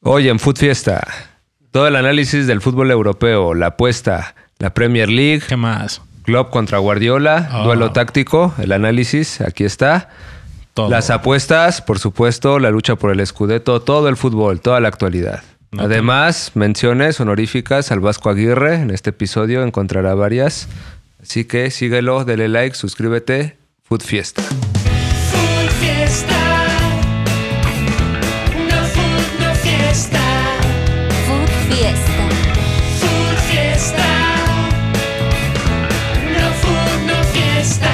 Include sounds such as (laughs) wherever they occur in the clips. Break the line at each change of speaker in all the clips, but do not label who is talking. Hoy en Food Fiesta, todo el análisis del fútbol europeo, la apuesta, la Premier League,
¿Qué más?
Club contra Guardiola,
Oh.
duelo táctico, el análisis, aquí está.
Todo.
Las apuestas, por supuesto, la lucha por el Scudetto, todo el fútbol, toda la actualidad.
No
Además, menciones honoríficas al Vasco Aguirre. En este episodio encontrará varias. Así que síguelo, dele like, suscríbete. Food Fiesta.
Full fiesta, no food, no fiesta,
Food Fiesta.
full fiesta, no food, no fiesta,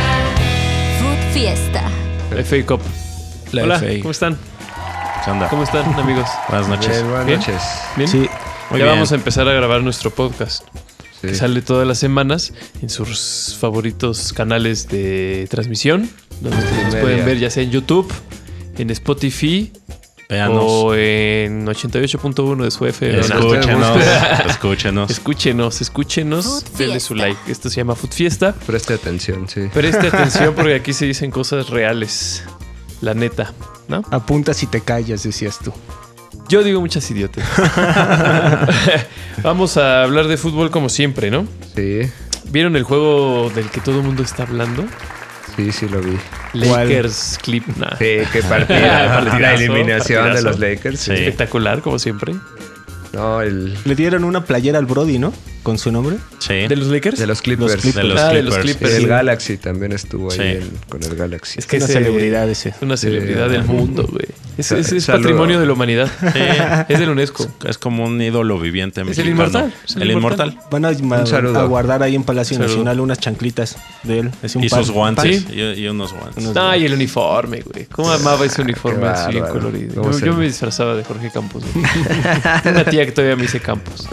Food Fiesta.
FA Cup.
La
Hola,
FA.
¿cómo están?
¿Qué onda?
¿Cómo están, amigos?
Buenas noches.
buenas
¿Bien?
noches.
¿Bien?
Sí, muy
ya
bien.
vamos a empezar a grabar nuestro podcast, que sale todas las semanas en sus favoritos canales de transmisión, donde ustedes nos
Media.
pueden ver ya sea en YouTube, en Spotify
Véanos.
o en 88.1 de su FM.
Eso. Escucha.
eh, Escúchenos.
Escúchenos.
(laughs) Escúchenos.
Escúchenos, escúchenos,
Food
denle su
Fiesta.
like. Esto se llama Food Fiesta.
Preste atención, sí.
Preste atención porque aquí se dicen cosas reales, la neta, ¿no?
Apuntas y te callas, decías tú.
Yo digo muchas idiotas. (laughs) Vamos a hablar de fútbol como siempre, ¿no?
Sí,
¿Vieron el juego del que todo el mundo está hablando?
sí, sí lo vi.
¿Cuál?
Lakers Clip. nah.
Sí, qué partida. la
Partidazo,
eliminación de
partidazo.
los Lakers. sí.
Sí.
Espectacular, como siempre.
No, el
Le dieron una playera al Brody, ¿no? Con su nombre.
Sí.
¿De los Lakers?
de los Clippers.
Clippers.
De los
Ah, de
Clippers.
los Clippers.
El
Sí.
Galaxy también estuvo ahí
Sí.
en- con el Galaxy.
Es
(laughs)
que
una
ese-
celebridad ese.
Es una celebridad
Sí.
del mundo, güey. Es, es- es
Saludo.
patrimonio de la humanidad. Es del UNESCO.
Es como un ídolo viviente
Es el
mexicano.
inmortal, es el
El inmortal.
Van a, ma-
saludo.
a guardar ahí en Palacio
Un saludo.
Nacional unas chanclitas de él. Así un
Y
par.
sus guantes.
¿Sí?
Y, y unos guantes.
Unos-
Ay, Ah, el uniforme, güey. ¿Cómo amaba ese uniforme
Qué
así
bárbaro.
colorido?
¿Cómo
Yo,
se-
yo me disfrazaba de Jorge Campos.
(laughs)
güey. Una tía que todavía me dice Campos.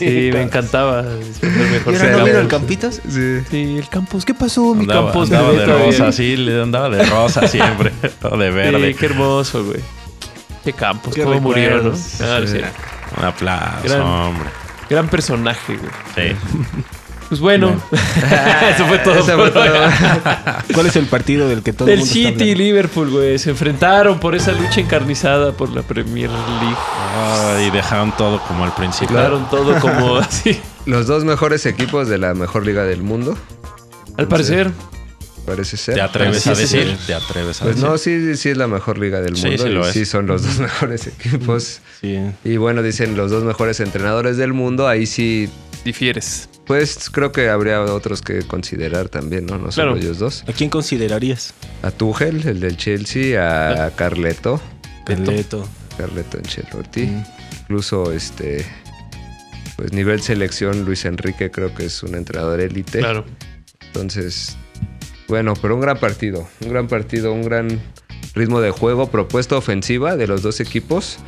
Sí, me encantaba disfrazarme de
¿Y
Jorge
ahora no vieron el
Campos.
Campitas?
Sí.
Sí, el Campos. ¿Qué pasó, mi
Andaba,
Campos?
andaba
Me
de
ve todavía.
rosa, sí, le andaba de rosa siempre. o de verde.
Sí, qué hermoso, güey. Qué Campos,
Qué
cómo murió, ¿no?
recuerdos.
Ah, sí.
Un aplauso,
Gran-
hombre.
Gran personaje, güey.
Sí.
Pues bueno, (laughs) eso fue todo.
Eso
por
fue
hoy.
todo.
¿Cuál es el partido del que todo el
El
mundo está
City y
hablando?
Liverpool, güey, se enfrentaron por esa lucha encarnizada por la Premier League.
Ay, Ah, y dejaron todo como al principio.
Claro, todo
(laughs)
como así.
(laughs) Los dos mejores equipos de la mejor liga del mundo,
Al parecer,
parece ser.
Te atreves
Sí,
a
sí,
decir. Te atreves a
Pues
decir.
no, sí, sí es la mejor liga del
Sí,
mundo.
sí
y
lo es.
sí son los dos (laughs) mejores equipos.
Sí.
Y bueno, dicen los dos mejores entrenadores del mundo. Ahí sí,
difieres.
pues creo que habría otros que considerar también, ¿no? No solo
Claro.
ellos dos.
¿A quién considerarías?
A Tuchel, el del Chelsea, a Carleto,
Carleto.
Carleto Ancelotti. Incluso este, pues nivel selección, Luis Enrique creo que es un entrenador élite.
Claro.
Entonces, bueno, pero un gran partido, un gran partido, un gran ritmo de juego, propuesta ofensiva de los dos equipos.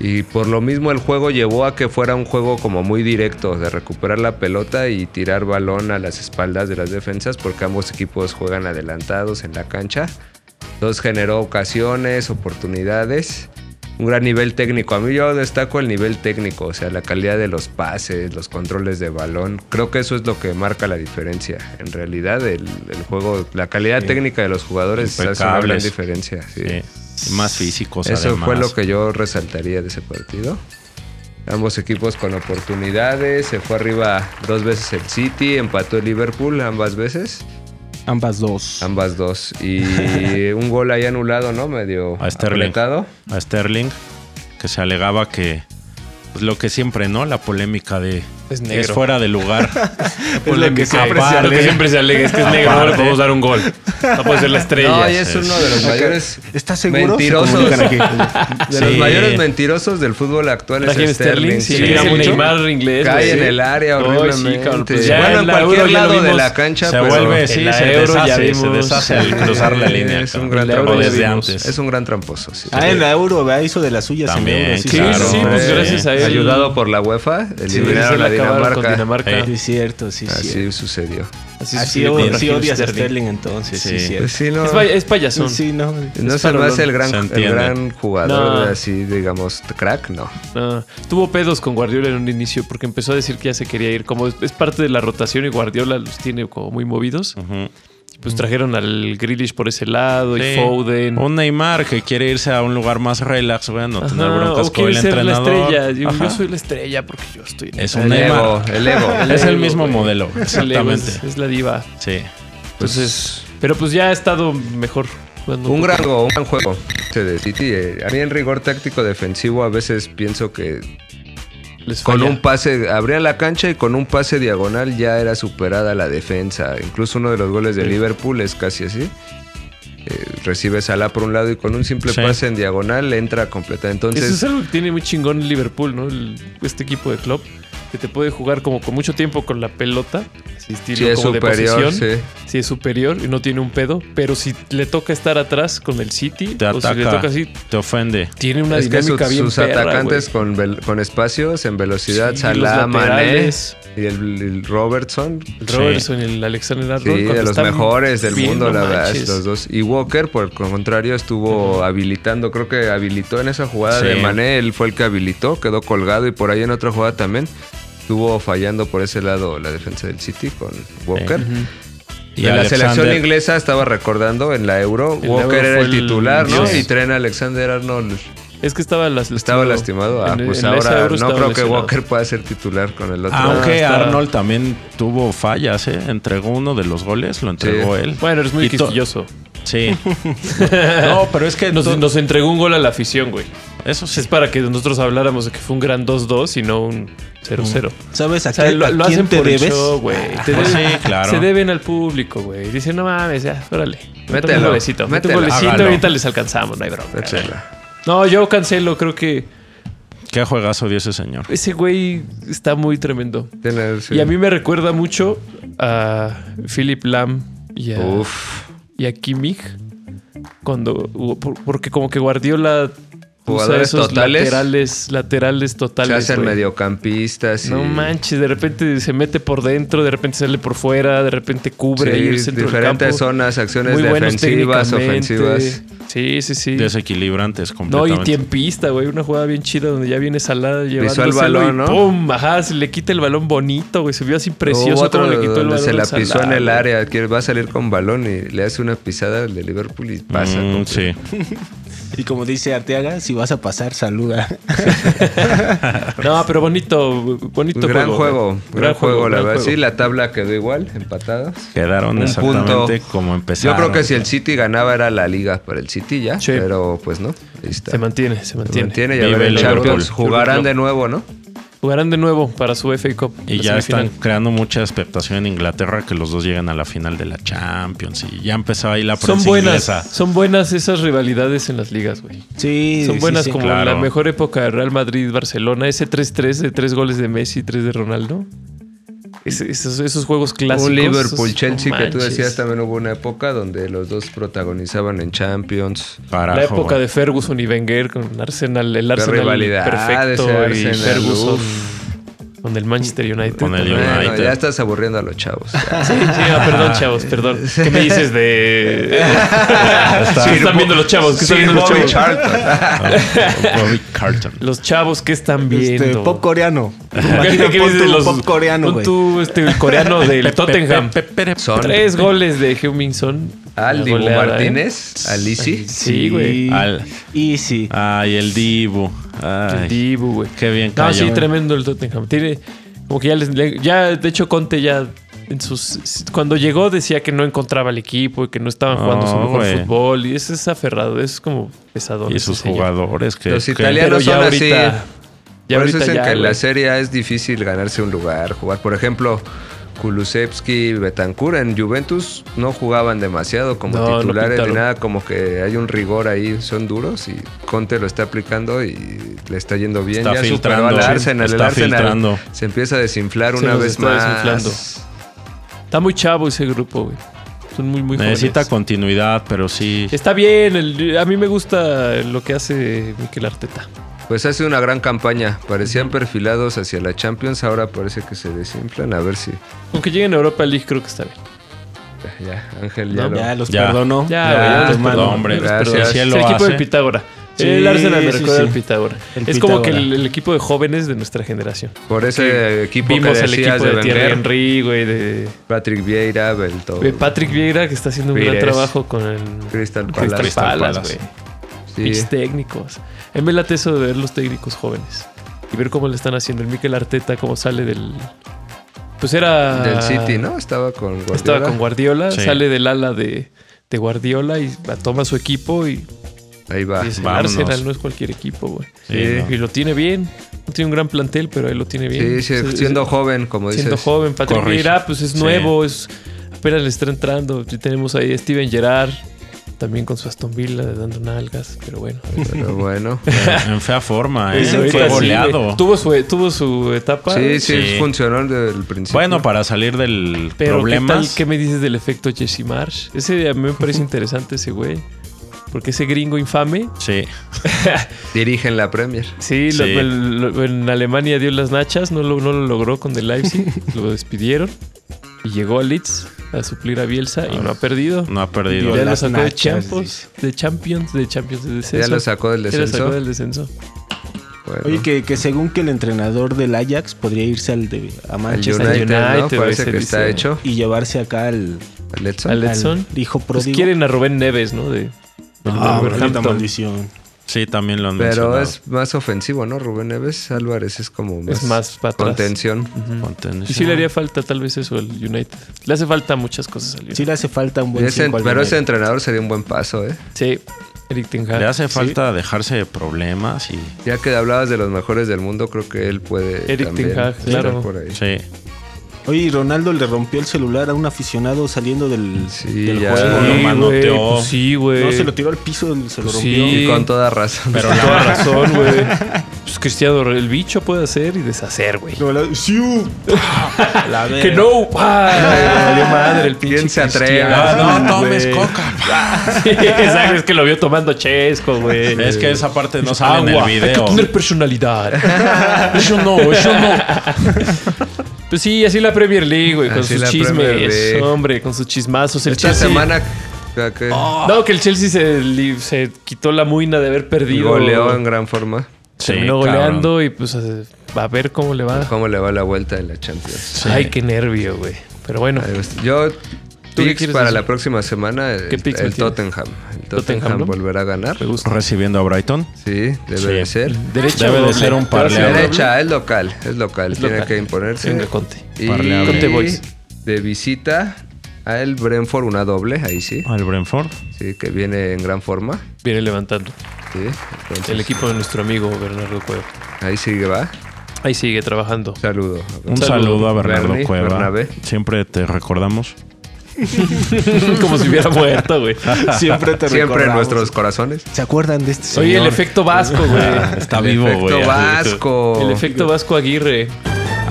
Y por lo mismo el juego llevó a que fuera un juego como muy directo, de recuperar la pelota y tirar balón a las espaldas de las defensas, porque ambos equipos juegan adelantados en la cancha. Entonces generó ocasiones, oportunidades, un gran nivel técnico. A mí yo destaco el nivel técnico, o sea, la calidad de los pases, los controles de balón. Creo que eso es lo que marca la diferencia. En realidad, el, el juego, la calidad técnica de los jugadores hace una gran
Impecables.
diferencia. sí.
Sí. Y Más físicos,
Eso
además.
fue lo que yo resaltaría de ese partido. Ambos equipos con oportunidades, se fue arriba dos veces el City, empató el Liverpool ambas veces,
Ambas dos.
ambas dos.
(laughs)
Y un gol ahí anulado, ¿no? Medio
A Sterling.
apretado.
a Sterling, que se alegaba que pues, lo que siempre, ¿no? La polémica de
Es negro.
fuera de lugar.
pues
Es lo que siempre
Aparte.
se
Lo que siempre se alega es que es negro, no le podemos dar un gol. No puede ser la estrella.
No, y es uno de los mayores
¿Estás seguro?
Mentirosos.
Se comunican aquí.
de los
Sí.
mayores mentirosos del fútbol actual es
Raheem
Sterling.
Sterling, sí,
sí.
era
¿Sí?
un Neymar inglés.
Cae
güey,
en
sí.
el área
Ay, sí,
horriblemente.
cabrón, pues ya
bueno, en
la
cualquier
Euro (laughs) ya lo
lado de
vimos.
la cancha,
se
pero-
vuelve,
en
sí,
la
se
Euro ya
deshace, se
vimos.
deshace al cruzar
(laughs)
la línea.
Es un
cabrón.
gran
La Euro
Como
ya
desde
vimos.
antes.
Es un gran tramposo, sí.
(laughs) Ah, en la Euro, ¿verdad? hizo de las suyas
También,
en Euro.
Sí,
Claro,
sí, pues
sí.
gracias a él.
Ayudado por la UEFA,
Sí,
eliminaron
se
a
la acabaron
Dinamarca.
con Dinamarca.
Sí, es cierto, sí, es cierto.
Así sucedió.
Así,
Así,
sucedió
o-
con
sí
Raheem
odias a Sterling entonces, sí,
Sí.
es cierto.
Pues sí, no,
Es, pa- es payasón.
Sí, no.
no
es
se me hace el gran,
se
el
entiende.
gran jugador,
No.
así digamos, crack, no.
No, Ah, tuvo pedos con Guardiola en un inicio porque empezó a decir que ya se quería ir. Como es, es parte de la rotación y Guardiola los tiene como muy movidos.
Ujú.
pues trajeron al Grealish por ese lado y
Sí.
Foden.
Un Neymar que quiere irse a un lugar más relax, güey, no tener
Ajá,
broncas
o
con
quiere
el
ser la
entrenador.
estrella. Yo, yo
Ajá.
soy la estrella porque yo estoy en
Es
esa-
un
El ego,
Neymar.
el
(laughs)
ego.
Es el
ego,
mismo
güey.
modelo,
el ego, es-
exactamente.
es la diva.
Sí.
Entonces, pero pues ya ha estado mejor. jugando
Un gran,
poco.
go- un gran juego este de City. Eh, A mí en rigor táctico defensivo a veces pienso que
Les
con
falla.
un pase abrían la cancha y con un pase diagonal ya era superada la defensa. Incluso uno de los goles de
Sí.
Liverpool es casi así. Eh, recibe Salah por un lado y con un simple
Sí.
pase en diagonal entra completa. Entonces,
Eso es algo que tiene muy chingón Liverpool, ¿no? El- este equipo de club que te puede jugar como con mucho tiempo con la pelota, así estilo
sí es
como de
superior,
posesión,
sí.
si es superior y no tiene un pedo, pero si le toca estar atrás con el City
Te
o si le
ataca.
toca así
Te ofende.
tiene una
Es que
dinámica
sus-
bien
sus
perra,
atacantes
güey.
con, vel- con espacios en velocidad,
Sí,
Salah,
los
Mané
laterales,
y el, el Robertson.
el
Sí.
Robertson, el Alexander Arnold,
Sí,
cuando
de los
están
mejores del
bien,
mundo,
no
la verdad,
manches.
los dos. Y Walker, por el contrario, estuvo habilitando, creo que habilitó en esa jugada
Sí.
de Mané, él fue el que habilitó, quedó colgado y por ahí en otra jugada también estuvo fallando por ese lado la defensa del City con Walker.
Y
en la
Alexander-
selección inglesa estaba recordando en la Euro,
El
Walker
Euro
era
fue
el
el
titular, ¿no?
diez.
Y Tren Alexander Arnold
Es que estaba las-
estaba lastimado. Ah,
En-
pues
en esa
ahora
Euro
no
estaba
creo que
lesionado.
Walker pueda ser titular con el otro.
Aunque
Ah, está-
Arnold también tuvo fallas, ¿eh? Entregó uno de los goles, lo entregó él.
Bueno, eres muy
Y to-
quisquilloso.
Sí. no, pero es que
Nos,
to-
nos entregó un gol a la afición, güey.
eso sí.
Pues Es para que nosotros habláramos de que fue un gran 2-2 y no un 0-0.
¿Sabes Mm. a,
O sea,
qué-
lo,
a
lo
quién
hacen
te
por el
debes?
show, güey. Te
pues
deben-
sí, claro.
Se deben al público, güey. Dicen, no mames, ya, órale. mete un
Mételo,
golecito. Mete
mételo.
un golecito,
Hágalo.
ahorita les alcanzamos, no hay broma.
Etcétera.
No, yo cancelo, creo que
Qué juegazo dio ese señor.
ese güey está muy tremendo.
Tiene- sí.
Y a mí me recuerda mucho a Philip Lam y a,
Uf.
y a Kimmich. Cuando, por- porque como que Guardiola usa
Jugadores
esos
totales.
laterales, laterales
Se
totales.
hacen
güey.
mediocampistas. y-
No manches, de repente se mete por dentro, de repente sale por fuera, de repente
Sí,
cubre ahí el centro del
diferentes
campo.
zonas, acciones
Muy buenos
defensivas,
técnicamente.
ofensivas.
Sí, sí, sí.
Desequilibrantes
No,
completamente.
y tiempista, güey. Una jugada bien chida donde ya viene salada llevándoselo
el balón,
y
¿no?
¡pum! Ajá, se le quita el balón bonito, güey. Se vio así precioso
Hubo otro
cómo le quitó el
donde
balón.
se
a
la pisó
Salah,
en el
güey.
área, que va a salir con balón y le hace una pisada al de Liverpool y pasa.
Mm,
completo.
sí.
Y como dice Arteaga, si vas a
(laughs)
pasar, saluda.
No, pero bonito, bonito
Un gran juego,
güey.
gran, juego, la
gran
verdad.
juego.
Sí, la tabla quedó igual, empatados.
Quedaron
Un
exactamente
punto.
como
Yo
empezaron.
creo que si el City ganaba era la liga para el City ya,
Sí.
pero pues no. Ahí está.
Se mantiene, se
Se
mantiene.
mantiene y
Vive
ahora en
el
Champions
Liverpool.
jugarán de nuevo, ¿no?
Jugarán de nuevo para su FA Cup.
Y
la
ya están
semifinal.
creando mucha expectación en Inglaterra que los dos lleguen a la final de la Champions. Y ya empezó ahí la
Son
prensa
buenas,
inglesa.
son buenas esas rivalidades en las ligas, güey.
Sí,
Son
sí,
buenas
sí.
como
claro.
la mejor época de Real Madrid-Barcelona, ese 3-3 de tres goles de Messi, tres de Ronaldo. Ese- esos, esos juegos clásicos.
Un
esos-
Liverpool-Chelsea
no
que tú
manches.
decías también hubo una época donde los dos protagonizaban en Champions.
Carajo,
La época
güey.
de Ferguson y Wenger con Arsenal, el Arsenal
rivalidad,
perfecto
ese
y
Arsenal,
Ferguson
uf.
con el Manchester United.
Con el
también.
United.
Bueno, ya estás aburriendo a los
(laughs)
chavos. ya.
Sí, sí, ah, perdón, chavos, perdón. ¿Qué me
(laughs)
dices de...? ¿Qué están viendo los chavos? ¿Qué
Sir
están viendo los
Bobby
chavos?
Charlton.
(laughs)
Ah, Bobby Carton.
Los chavos que están viendo.
Este, pop coreano.
¿Qué,
(laughs) Imagina
qué
pon
dices de
tú
los
pop coreano,
pon
güey.
tú, este, el coreano del Tottenham.
Son
Tres goles de Heung-Min-Son.
Al
Una
Dibu
goleada, ¿eh?
Martínez, al Lisi.
Sí, güey.
Al-
Y sí.
Ay, el Dibu.
¿eh? El
Ay,
Dibu, güey.
Qué bien
No,
cayó.
sí, tremendo el Tottenham. Tiene como que ya les le- ya de hecho Conte ya en sus cuando llegó decía que no encontraba el equipo y que no estaban jugando su
No,
mejor
güey.
fútbol y eso es aferrado, es como pesadón.
y
ese
sus
señor.
jugadores que...
Los
que-
italianos-
Pero ya
son
ahorita
así.
ya
Por eso
ahorita
dicen
ya,
que en
güey.
la Serie A es difícil ganarse un lugar, jugar. Por ejemplo, Kulusevski, Betancourt en Juventus no jugaban demasiado como
No, no
titulares ni
pintaron.
nada, como que hay un rigor ahí, son duros y Conte lo está aplicando y le está yendo bien.
Está
ya superó al
filtrando,
Arsenal, el
está
Arsenal
filtrando.
se empieza a desinflar
Se
una
nos
vez
está
más.
desinflando. Está muy chavo ese grupo, güey. Son muy muy
Necesita
jóvenes.
continuidad, pero sí.
Está bien, el- a mí me gusta lo que hace Mikel Arteta.
Pues hace una gran campaña, parecían perfilados hacia la Champions, ahora parece que se desinflan, a ver si
Aunque llegue en Europa League creo que está bien.
ya Ángel
No,
ya, lo-
Ya los
Ya.
perdono.
Ya,
Ya,
güey, ya los
hermano,
perdono,
hombre,
ya los
gracias.
perdono.
Si
él
Es
lo
el equipo
hace.
de Pitágora. el
Sí,
Arsenal me
sí,
recuerda
sí.
al Pitágora.
El
es como que
Pitágora.
el, el equipo de jóvenes de nuestra generación.
Por ese equipo
Vimos
que
el
decías
equipo de,
de
Thierry
Wenger,
Henry, güey, de,
Patrick Vieira, Belto,
de Patrick Vieira, que está haciendo un gran
Pires.
trabajo con el
Oh. Crystal
Crystal
Palace.
Crystal
Palace,
Palace.
güey.
Sí.
Pinches técnicos. A mí me late eso de ver los técnicos jóvenes y ver cómo le están haciendo. El Mikel Arteta, cómo sale del. Pues era.
Del City, ¿no? Estaba con Guardiola.
Estaba con Guardiola,
Sí.
sale del ala de, de Guardiola y va- toma su equipo y
Ahí va.
dice, el
vámonos.
Arsenal no es cualquier equipo, güey. Eh,
Sí.
no.
Y lo tiene bien. No tiene un gran plantel, pero él lo tiene bien.
Sí, sí,
Se-
siendo joven, como
se-
dices.
siendo joven. Patrick
Corrige.
Vieira, pues es
Sí.
nuevo, es, apenas le está entrando. Y tenemos ahí a Steven Gerrard, también con su Aston Villa, dando nalgas, pero
(laughs)
bueno.
Pero
(laughs)
bueno.
En fea forma, ¿eh?
Ese ahorita
Fue
(laughs) sí,
goleado.
güey. tuvo, su, tuvo su etapa.
Sí, sí,
Sí.
funcionó desde el principio.
bueno, para salir del
Pero
problema.
¿qué, tal- qué me dices del efecto Jesse Marsh? Ese a mí me parece interesante ese güey. Porque ese gringo infame,
Sí,
Dirigen la Premier.
sí, lo-
Sí.
el- lo- en Alemania dio las nachas, no lo, no lo logró con el Leipzig, lo despidieron y llegó a Leeds a suplir a Bielsa y no ha perdido.
no ha
Y
perdido.
ya lo
las
sacó de
nachas,
Champions,
dice.
de Champions, de Champions de descenso.
Ya lo sacó del
Ya lo
descenso.
sacó del descenso.
Bueno.
Pues
Oye, que, que según que el entrenador del Ajax podría irse al de, a
Al
Manchester
United, ¿no?
United,
Parece
se
que está
dice.
hecho.
y llevarse acá al,
Al Edson.
Al-
al
Edson?
hijo
Pues
pródigo.
quieren a Rubén Neves, ¿no? De, del
Ah, maldita
Wolverhampton.
maldición.
Sí, también lo han
Pero
mencionado.
es más ofensivo, ¿no? Rubén Neves Álvarez es como más,
Es más para atrás.
Pues, contención.
Contención.
Y sí le haría falta tal vez eso al United. Le hace falta muchas cosas al United.
Sí
Sí,
le hace falta un
Y
buen
ese-
cinco al
pero ese
United.
entrenador sería un buen paso, ¿eh?
Eric Ten Hag.
Le hace falta dejarse de problemas y.
Ya que hablabas de los mejores del mundo, creo que él puede
Eric
también
Ten Hag,
estar
claro.
por ahí.
Sí.
Oye, y Ronaldo le rompió el celular a un aficionado saliendo del,
Sí,
del
ya.
juego.
Sí,
¿no?
güey, manoteó.
pues sí, güey.
No, se lo tiró al piso, se lo
Pues
rompió.
sí.
Y con toda razón. (laughs)
Pero
Con
la (laughs)
toda
barra.
razón, güey. Pues Cristiano, el bicho puede hacer y deshacer, güey.
Lo- lo-
(laughs)
¡Siu! La verga.
Que no, (laughs) pa. valió madre el
eh. ¿Quién
pinche
se atreve?
Cristiano.
Ah,
ah. no tomes
güey.
coca.
(laughs) Sí, exacto, es que lo vio tomando chesco, güey.
Es que esa parte no sale
Agua,
en el
Hay que
video.
(laughs)
tener personalidad. eso no, eso no. Pues sí, así la Premier League, güey, con
Así
sus
la Premier
chismes.
League.
Hombre, con sus chismazos. El Oh,
Esta
Chelsea-
semana... creo que
No, que el Chelsea se, li- se quitó la muina de haber perdido.
Goleó en gran forma.
Sí,
Terminó
cabrón.
goleando y pues eh, a ver cómo le va.
¿Cómo le va la vuelta en la Champions?
Ay, qué nervio, güey. Pero bueno,
Ahí está. Yo,
qué
picks
quieres
para
decir?
la próxima semana, el,
¿Qué picks me
el
tienes?
Tottenham. El
¿Tottenham,
Tottenham
no?
volverá a ganar.
me gusta.
Recibiendo a Brighton.
Sí, debe
Sí.
de ser.
Derecha
Debe
o
de
doble.
ser un
¿Te vas a ir a
parleado.
doble?
Derecha, es local, es local,
Es
tiene
local.
que imponerse.
Venga, Conte.
Y
Parleable.
Conte Boys.
de visita a el Brentford, una doble, ahí sí.
Ah.
Al Brentford.
Sí, que viene en gran forma.
Viene levantando.
Sí, entonces,
El equipo de nuestro amigo Bernardo Cueva.
Ahí sí que va.
Ahí sigue trabajando. (laughs)
Saludo.
Un
Saludo,
saludo a Bernardo
Bernie,
Cueva.
Bernabé.
Siempre te recordamos.
Como si hubiera muerto, güey.
Siempre te
Siempre en
recordamos.
nuestros corazones.
¿Se acuerdan de este señor?
Oye, el efecto vasco, güey.
Ah, Está
El
vivo,
efecto
güey.
Vasco.
El efecto vasco Aguirre,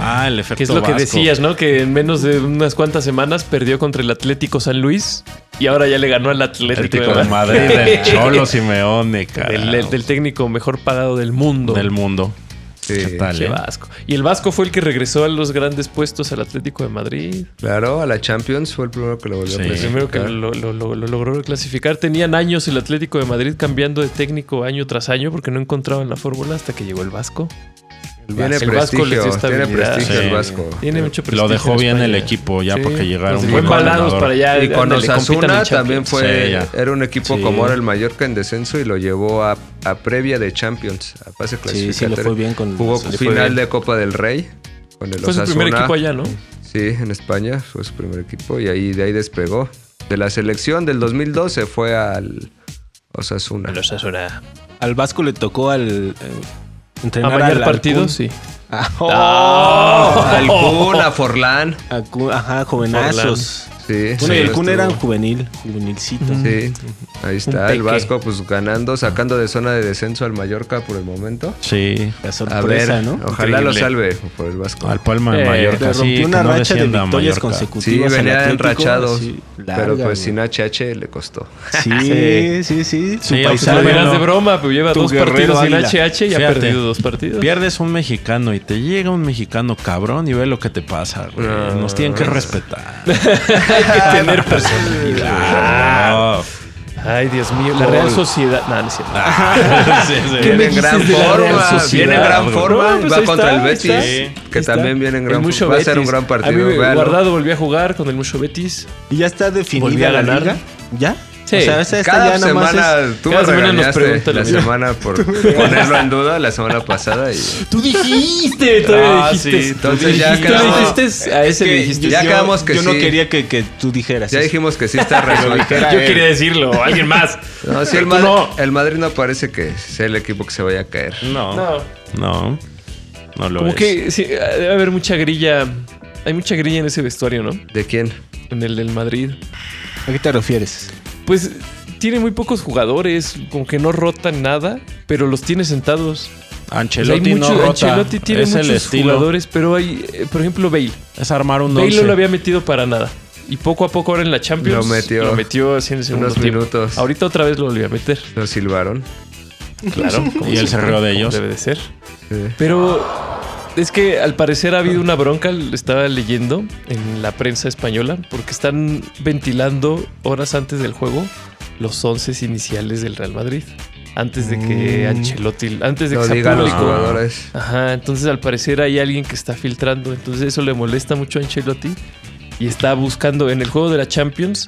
Ah, el oh. efecto
que es lo que
Vasco.
decías, ¿no? Que en menos de unas cuantas semanas perdió contra el Atlético San Luis y ahora ya le ganó al Atlético,
Atlético de
(laughs)
Madrid eh. del Cholo Simeone, cara.
Del, del- del técnico mejor pagado del mundo.
Del mundo.
Sí.
¿Qué tal,
Che
eh?
Vasco. Y el Vasco fue el que regresó a los grandes puestos al Atlético de Madrid.
Claro, a la Champions fue el primero que lo volvió
Sí.
a
El
presentar.
primero que lo, lo- lo- lo logró clasificar. Tenían años el Atlético de Madrid cambiando de técnico año tras año porque no encontraban la fórmula hasta que llegó el Vasco.
Tiene
El Vasco les dio
prestigio, tiene
estabilidad.
prestigio
Sí.
el Vasco.
Tiene mucho prestigio
Lo dejó
en
bien
España.
el equipo ya
Sí.
porque llegaron.
Los
muy
dejó embalados para allá.
Y con
ándale, compitan en
Osasuna también
Champions.
Sí,
fue,
ya.
era un equipo
Sí.
como ahora el Mallorca en descenso y lo llevó a, a previa de Champions, a pase
Sí,
clasificatoria.
sí, le fue bien con...
Jugó
le fue
final
bien.
de Copa del Rey con el
Fue su
Osasuna.
primer equipo allá, ¿no?
Sí, en España fue su primer equipo y ahí de ahí despegó. De la selección del 2012 fue al Osasuna.
Osasuna.
Al Vasco le tocó al... eh,
A
entrenar
mañana
al
partido,
Alcun.
sí.
Ah,
Al Kun,
(laughs)
a Forlán.
Alcun, Ajá, jovenazos.
Sí,
Bueno,
sí,
y el Kun
estuvo.
era juvenil, juvenilcito.
Sí, ahí
Un
está
peque.
el Vasco pues ganando, sacando de zona de descenso al Mallorca por el momento.
Sí.
La
A
sorpresa,
ver,
¿no?
ojalá
Increíble.
lo salve por el Vasco.
Al Palma de
Eh,
Mallorca.
Le
sí,
rompió
que no
una racha de
descienda
victorias
Mallorca.
Sí,
consecutivas. al
venía
Atlético,
enrachados,
así,
pero
larga,
pues
güey.
sin HH le costó.
(laughs) Sí, sí, sí.
Sí,
Su
Se
Sabe,
lo
paisano.
verás
no.
de broma, pero lleva
Tu
dos
guerrero
partidos sin
águila.
HH y ha
Fíjate.
perdido dos partidos.
Pierdes un mexicano y te llega un mexicano cabrón y ve lo que te pasa. güey.
Ah.
No.
(laughs)
Nos tienen que respetar.
Hay que tener personalidad.
Ah,
Ay, Dios mío. La
Gol.
Real Sociedad. No, no es cierto.
Sí, sí.
¿Qué
Viene
me
en gran
dices de la Real
forma.
Sociedad,
Viene en gran
güey?
forma.
No, pues
va
ahí
contra
está,
el
ahí
Betis.
está.
Sí.
Que
Ahí está.
también viene en
El
gran
Mucho
forma. Va a ser un
Betis.
gran
A mí
partido.
me-
véalo.
Guardado volví a jugar con el Mucho Betis.
¿Y ya está
Volví a
definida la
ganar.
liga? ¿Ya?
Sí.
O sea, esta, esta
Cada
Este ya nada más
semana
es-
tú
cada
me
semana nos
regañaste
pregunta lo
la
mismo.
(laughs)
semana por ponerlo en duda la semana pasada. Y...
Tú dijiste, todavía
Ah,
dijiste.
sí,
entonces ya
Tú le
quedamos-
dijiste a ese
que
le dijiste.
ya
yo-
quedamos que
Yo no
sí.
quería que, que tú dijeras.
Ya
eso.
dijimos que sí
(laughs)
está resuelto.
Yo quería decirlo,
(laughs)
alguien más.
No, sí, el,
Tú
Madrid,
no.
el Madrid no parece que sea el equipo que se vaya a caer.
No. No.
No.
No, lo
Como
es.
que sí, debe haber mucha grilla. Hay mucha grilla en ese vestuario, ¿no?
¿De quién?
En el del Madrid.
¿A qué te refieres?
Pues tiene muy pocos jugadores, como que no rotan nada, pero los tiene sentados. O sea, Pues hay
Ancelotti
mucho-
no rota.
Ancelotti tiene
es el
muchos
estilo.
jugadores, pero hay, eh, por ejemplo, Bale.
Es armar un
Bale no
once.
lo había metido para nada. Y poco a poco ahora en la Champions
Lo metió.
lo metió así en el segundo
Unos
tiempo.
minutos.
Ahorita otra vez lo volvió a meter.
¿Nos silbaron?
Claro. como
Y él se
siempre,
rió de
como
ellos.
Debe de ser.
Sí.
Pero es que al parecer ha habido una bronca, lo estaba leyendo en la prensa española, porque están ventilando horas antes del juego los once iniciales del Real Madrid. Antes de que Ancelotti, antes de que
No
sea
Mm. digan los
público.
jugadores.
Ajá, entonces al parecer hay alguien que está filtrando, entonces eso le molesta mucho a Ancelotti y está buscando en el juego de la Champions.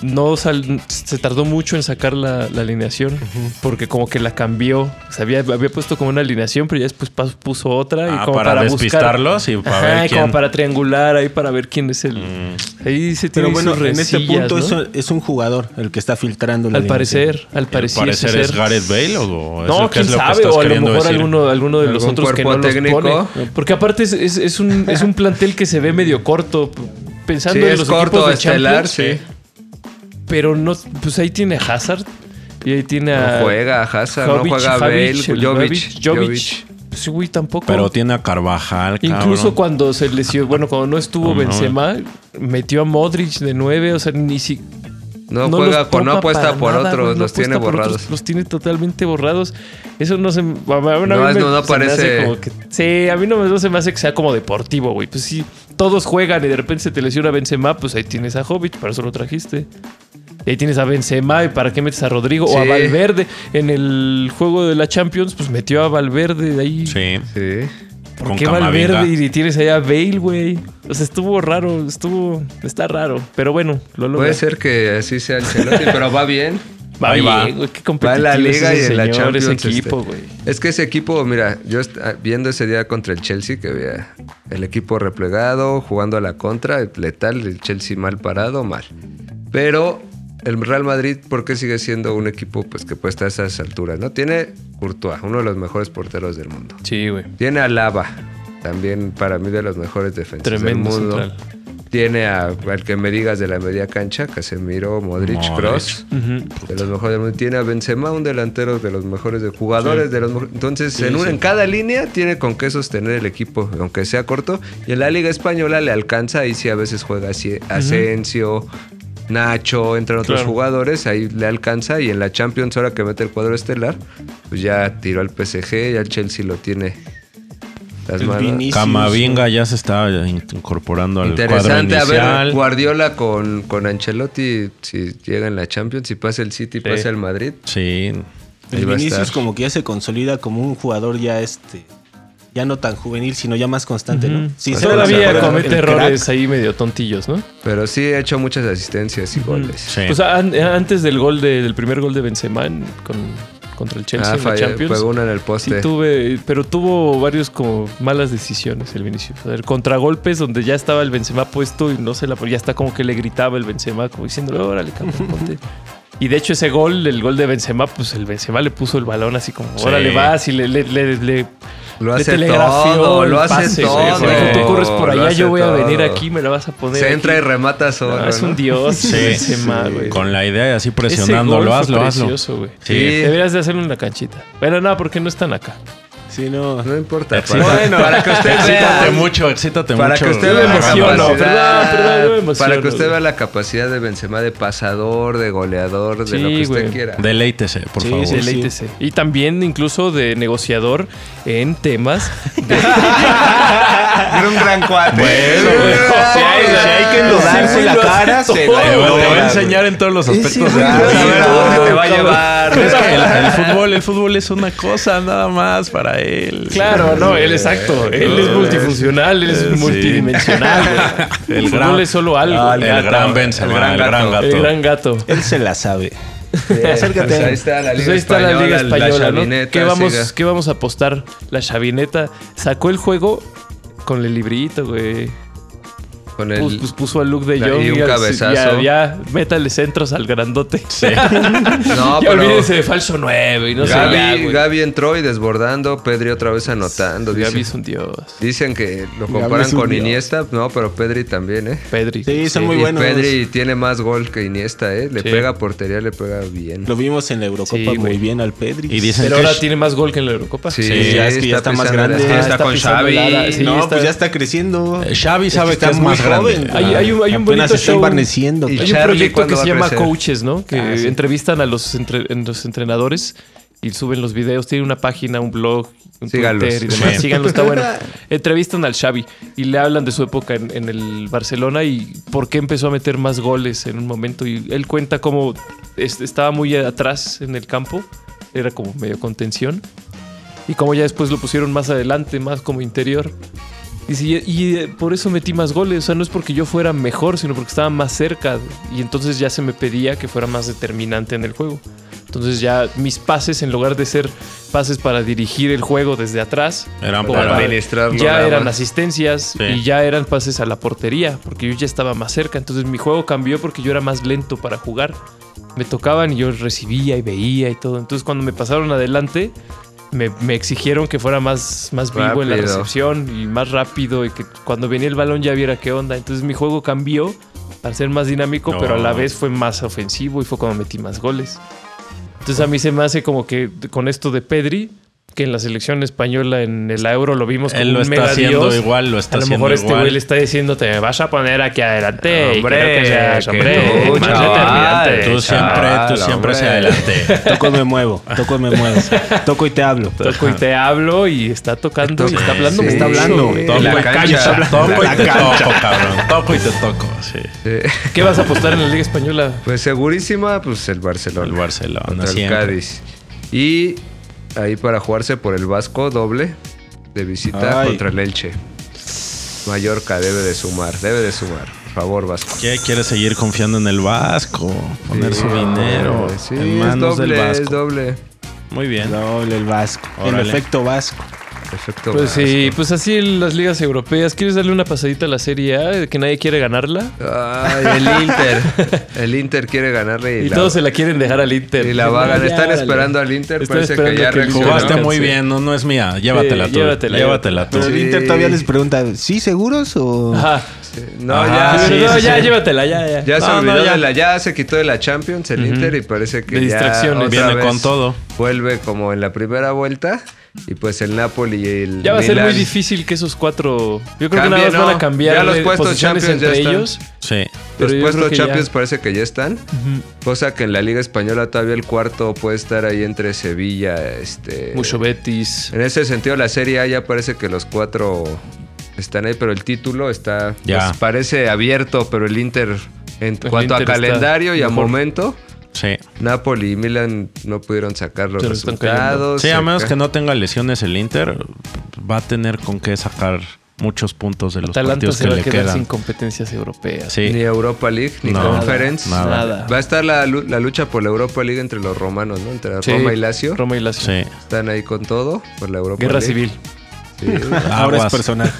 No sal- se tardó mucho en sacar la, la alineación porque como que la cambió. O sea, había, había puesto como una alineación, pero ya después pas- puso otra y
Ah,
como
para
para,
despistarlos
buscar.
y para
Ajá,
ver
y
quién. Mm.
como para triangular ahí para ver quién es el. Ahí se tiene
Pero bueno,
sus
en este
rencillas,
punto
¿no?
es, un- es un jugador el que está filtrando la
al
alineación.
parecer, al
Al
parecer,
parecer es Gareth Bale o es
no,
lo que
quién
es lo que
sabe,
estás
o a lo
queriendo
mejor
decir?
alguno, alguno de los
¿Algún
otros que no
cuerpo
los
técnico?
pone. Porque aparte es, es- es un, es un plantel que se ve medio corto. p- Pensando
Sí,
en
es
los
corto,
equipos de
estelar,
Champions,
sí.
pero no, pues ahí tiene a Hazard y ahí tiene a
No juega Hazard, no
Eh, Jovic,
juega Bale,
Javic, el
Jovic. Jovic.
Pues sí, güey, tampoco.
Pero tiene a Carvajal,
Incluso
cabrón.
cuando se lesionó, bueno, cuando no
No,
estuvo
no.
Benzema, metió a Modric de nueve, o sea, ni si
No, juega,
los
con, no
toma
apuesta
para
por
nada,
otros,
güey, no
los tiene
apuesta por
borrados.
otros, los tiene totalmente borrados. Eso no se. A, mí- a mí
No, es- no, no
se me hace
parece-
como que- sí, a mí no, me- no se me hace que sea como deportivo, güey. Pues sí, todos juegan y de repente se te lesiona Benzema, pues ahí tienes a Hobbit, para eso lo trajiste. Y ahí tienes a Benzema, ¿y para qué metes a Rodrigo? O a
Sí.
Valverde. En el juego de la Champions, pues metió a Valverde de ahí.
Sí.
Sí.
¿Por
con
qué
Camavinga.
Valverde y tienes allá a Bale, güey? O sea, estuvo raro, estuvo. Está raro. Pero bueno, lo logra.
Puede ser que así sea Ancelotti, pero va bien.
Va
Ahí
bien,
va.
güey, qué
Va en la
competitivo es
Liga y
ese
en la
señor,
Champions.
ese
este.
equipo, güey.
Es que ese equipo, mira, yo est- ah, viendo ese día contra el Chelsea, que veía el equipo replegado, jugando a la contra, letal, el Chelsea mal parado, mal. Pero el Real Madrid, ¿por qué sigue siendo un equipo pues, que puede estar a esas alturas? ¿no? Tiene Courtois, uno de los mejores porteros del mundo.
Sí, güey.
Tiene a Lava, también para mí de los mejores defensores del
Tremendo
mundo.
central.
Tiene a, al que me digas de la media cancha, Casemiro, Modric,
Modric.
Cross.
Mm.
De los mejores del mundo. Tiene a Benzema, un delantero de los mejores de jugadores. De los, mejores. entonces, en, un- en cada línea tiene con qué sostener el equipo, aunque sea corto. Y en la Liga Española le alcanza, ahí sí a veces juega así, Asensio, Nacho, entran otros
Claro.
jugadores, ahí le alcanza. Y en la Champions, ahora que mete el cuadro estelar, pues ya tiró al PSG, ya el Chelsea lo tiene. Las
El
manos.
Vinicius.
Camavinga ya se está incorporando al cuadro
Interesante, a ver,
inicial.
Guardiola con, con Ancelotti, si llega en la Champions, si pasa el City, pasa el Madrid.
sí.
Ahí
El
va a
Vinicius
estar.
como que ya se consolida como un jugador ya este... Ya no tan juvenil, sino ya más constante, ¿no? Sí, se
Pues Todavía
va a
Todavía
mejorar
comete
el crack.
errores ahí medio tontillos, ¿no?
Pero sí ha hecho muchas asistencias y goles.
Sí.
Pues an- antes del gol de- del primer gol de Benzema en- con- contra el Chelsea
Ah,
en la
falló,
Champions.
pegó una en el
Sí
poste.
tuve, pero tuvo varios como malas decisiones el Vinicius. A ver, contragolpes donde ya estaba el Benzema puesto y no se la ya está como que le gritaba el Benzema como diciéndole, órale, cabrón, ponte". Y de hecho ese gol, el gol de Benzema, pues el Benzema le puso el balón así como,
Sí.
órale, vas y le, le, le- le-
Lo
le
hace
telegrafió
todo,
el
lo hace
pase, güey.
todo.
O sea, tú corres por
Lo
allá,
hace
yo voy a
todo.
venir aquí, me la vas a poner
Se
aquí.
entra y remata solo.
No, es
¿no?
un dios
Sí.
el (laughs) Benzema,
Sí.
güey.
Con la idea y así
Ese
presionándolo,
gol fue
hazlo, hazlo.
precioso, güey.
Sí.
Deberías de hacerlo en la canchita. Pero no, porque no están acá.
Sí, no.
No importa. Para,
Excita-
para que usted
Excítate
vea.
mucho, excítate
Para
mucho.
que usted
Ah,
vea la
emociono,
capacidad.
perdón, perdón, yo me
para que
emociono,
usted
güey.
vea la capacidad de Benzema de pasador, de goleador, de
Sí,
lo que usted
güey.
quiera.
Deleítese, por
Sí,
favor.
Sí,
sí,
el ITC.
(laughs)
Y también incluso de negociador en temas
(laughs)
de,
Era un gran cuate. Era
Bueno,
un
bueno,
gran
si hay-
cuate.
si hay que
endulzarse
Sí,
la
lo
cara,
acepto.
se
Te
la
Claro,
va- te va
claro.
a enseñar en todos los aspectos de
Claro,
la
a ver a
vida.
dónde te va a
Es
llevar.
que el,
(laughs)
el fútbol, el fútbol es una cosa nada más para él.
Claro, no, él exacto. Él es multifuncional, él es
Sí.
multidimensional.
(laughs)
güey.
El
El
gran- Ah,
fútbol es solo algo.
El gran Benzema, el gran, gato.
El gran gato.
Él se la sabe.
Acércate. ahí está la Liga
Pues ahí está la Liga
Española,
Española, ¿no?
Chavineta,
¿Qué
siga.
vamos, ¿Qué vamos a apostar? La chavineta sacó el juego con el librito, güey.
Con el...
Pus- pues puso al Luke de
la-
Jong
y un
al-
cabezazo.
y a- ya, métale centros al grandote.
(laughs)
(laughs)
No,
ya olvídense de falso 9 y no sé
Gaby,
ya, güey. Pues
Gaby entró y desbordando, Pedri otra vez anotando.
Gaby
Dicen,
es un dios.
dicen que lo
Gaby
comparan
es un
con
dios.
Iniesta, no, pero Pedri también, ¿eh?
Pedri.
Sí, son
Y
muy buenos.
Pedri tiene más gol que Iniesta, ¿eh? Le
Sí.
pega portería, le pega bien.
Lo vimos en la Eurocopa
Sí,
muy
güey.
bien al Pedri.
Y dicen
Pero
que
ahora tiene más gol que en la Eurocopa.
sí, ya es que ya está más
pisando- eh,
grande.
es que
Ah,
está,
está
con
pisando
Xavi.
el ala, sí.
y-
no,
está-
pues ya está creciendo.
Xavi sabe
está
que es
muy
más grande.
joven.
Hay, hay un, hay un
Apenas
bonito
se está
show.
embarneciendo.
Hay
Y
un (laughs)
Charlie,
proyecto
¿cuándo
que
va
se
a
llama
crecer?
Coaches, ¿no? Que
Ah, sí.
entrevistan a los, entre- en los entrenadores y suben los videos. Tienen una página, un blog, un
Síganlos.
Twitter y demás.
Sí.
Síganlo, está bueno. Entrevistan al Xavi y le hablan de su época en, en el Barcelona y por qué empezó a meter más goles en un momento. Y él cuenta cómo es- estaba muy atrás en el campo. Era como medio contención. Y como ya después lo pusieron más adelante, más como interior. Dice, y, y, eh, por eso metí más goles. O sea, no es porque yo fuera mejor, sino porque estaba más cerca. Y entonces ya se me pedía que fuera más determinante en el juego. Entonces ya mis pases, en lugar de ser pases para dirigir el juego desde atrás,
Eran
o
para
para
administrarlo
ya
nada
eran
más.
asistencias
Sí.
y ya eran pases a la portería, porque yo ya estaba más cerca. Entonces mi juego cambió porque yo era más lento para jugar. Me tocaban y yo recibía y veía y todo. Entonces cuando me pasaron adelante, me, me exigieron que fuera más, más vivo en la
Rápido.
recepción y más rápido y que cuando venía el balón ya viera qué onda. Entonces mi juego cambió para ser más dinámico,
No.
pero a la vez fue más ofensivo y fue cuando metí más goles. Entonces a mí se me hace como que con esto de Pedri, que en la selección española en el Euro lo vimos como
Él lo
un
está
mega
haciendo
dios.
igual, lo está
a lo
haciendo
mejor este
igual.
güey le está diciendo te me vas a poner aquí adelante. y
Hombre,
quiero que seas,
que
hombre,
tú,
más
chaval,
determinante".
Tú siempre, tú
Chaval,
siempre hacia
hombre.
adelante.
Toco y me muevo. Toco y me muevo. Toco y te hablo.
Toco y te hablo y está tocando y está
(laughs)
hablando.
Sí,
mucho,
está hablando,
güey.
en la
Toco y
cancha.
cancha, Toco
En la
y te toco, cabrón. Toco y te toco. Sí.
¿Qué vas a apostar en la Liga Española?
Pues segurísima, pues el Barcelona.
El Barcelona,
Contra el
siempre.
Cádiz. Y ahí para jugarse por el Vasco, doble de visita
Ay.
contra el Elche. Mallorca debe de sumar, debe de sumar. Por favor, Vasco.
¿Qué? Quiere seguir confiando en el Vasco. Poner
Sí,
su dinero
Sí,
en
es
manos del
doble, es
Vasco.
doble.
Muy bien.
Doble el Vasco. El
Órale.
efecto Vasco.
Perfecto.
Pues
Vasco.
sí, pues así las ligas europeas. ¿Quieres darle una pasadita a la Serie A? Que nadie quiere ganarla.
Ay, el Inter.
(laughs)
El Inter quiere ganarle y,
Y
la,
todos se la quieren dejar al Inter.
y la va a ganar.
Ya,
Están
órale.
esperando al Inter,
Están
parece que
esperando
ya
que el
reaccionó.
Jugaste
Sí,
muy
sí.
bien, no, no es mía. Llévatela
Sí,
tú.
llévatela,
Llévatela, tú.
Pero el
Sí.
Inter todavía les pregunta, ¿sí seguros o...?
Ajá.
No,
Ah,
ya,
Pero
sí,
no,
sí,
ya,
sí.
llévatela, ya, ya.
Ya se
No,
olvidó
no, ya.
de la, ya se quitó de la Champions el Inter y parece que
De
ya
distracciones.
otra
Viene
vez
con todo.
Vuelve como en la primera vuelta y pues el Napoli y el
Ya va a ser
Milan-
muy difícil que esos cuatro. Yo creo que
Cambien,
nada más van
¿no?
a cambiar
Ya los
de
puestos
posiciones
Champions ya
entre
están.
ellos.
Sí.
pero
Los
yo
puestos
creo que
Champions
ya.
parece que ya están, cosa que en la Liga española todavía el cuarto puede estar ahí entre Sevilla, este
Mucho Betis.
En ese sentido la Serie A ya parece que los cuatro están ahí, pero el título está
Ya.
pues, parece abierto, pero el Inter en
El
cuanto
Inter
a
está
calendario y a
mejor.
momento
Sí.
Napoli y Milan no pudieron sacar los
Se nos están
resultados.
Sí, a
Acá-
menos que no tenga lesiones el Inter, va a tener con qué sacar muchos puntos de los
Atalanta
partidos
se
que
va
le
a quedar
quedan.
sin competencias europeas.
Sí.
Ni Europa League, ni
No,
Conference.
nada.
Nada.
Va a estar la, lu- la lucha por la Europa League entre los romanos, ¿no? Entre
Sí,
Roma y Lazio.
Roma y Lazio.
Sí.
Están ahí con todo por la Europa
Guerra
League.
civil. (laughs)
Sí.
Ahora es
Aguas.
personal.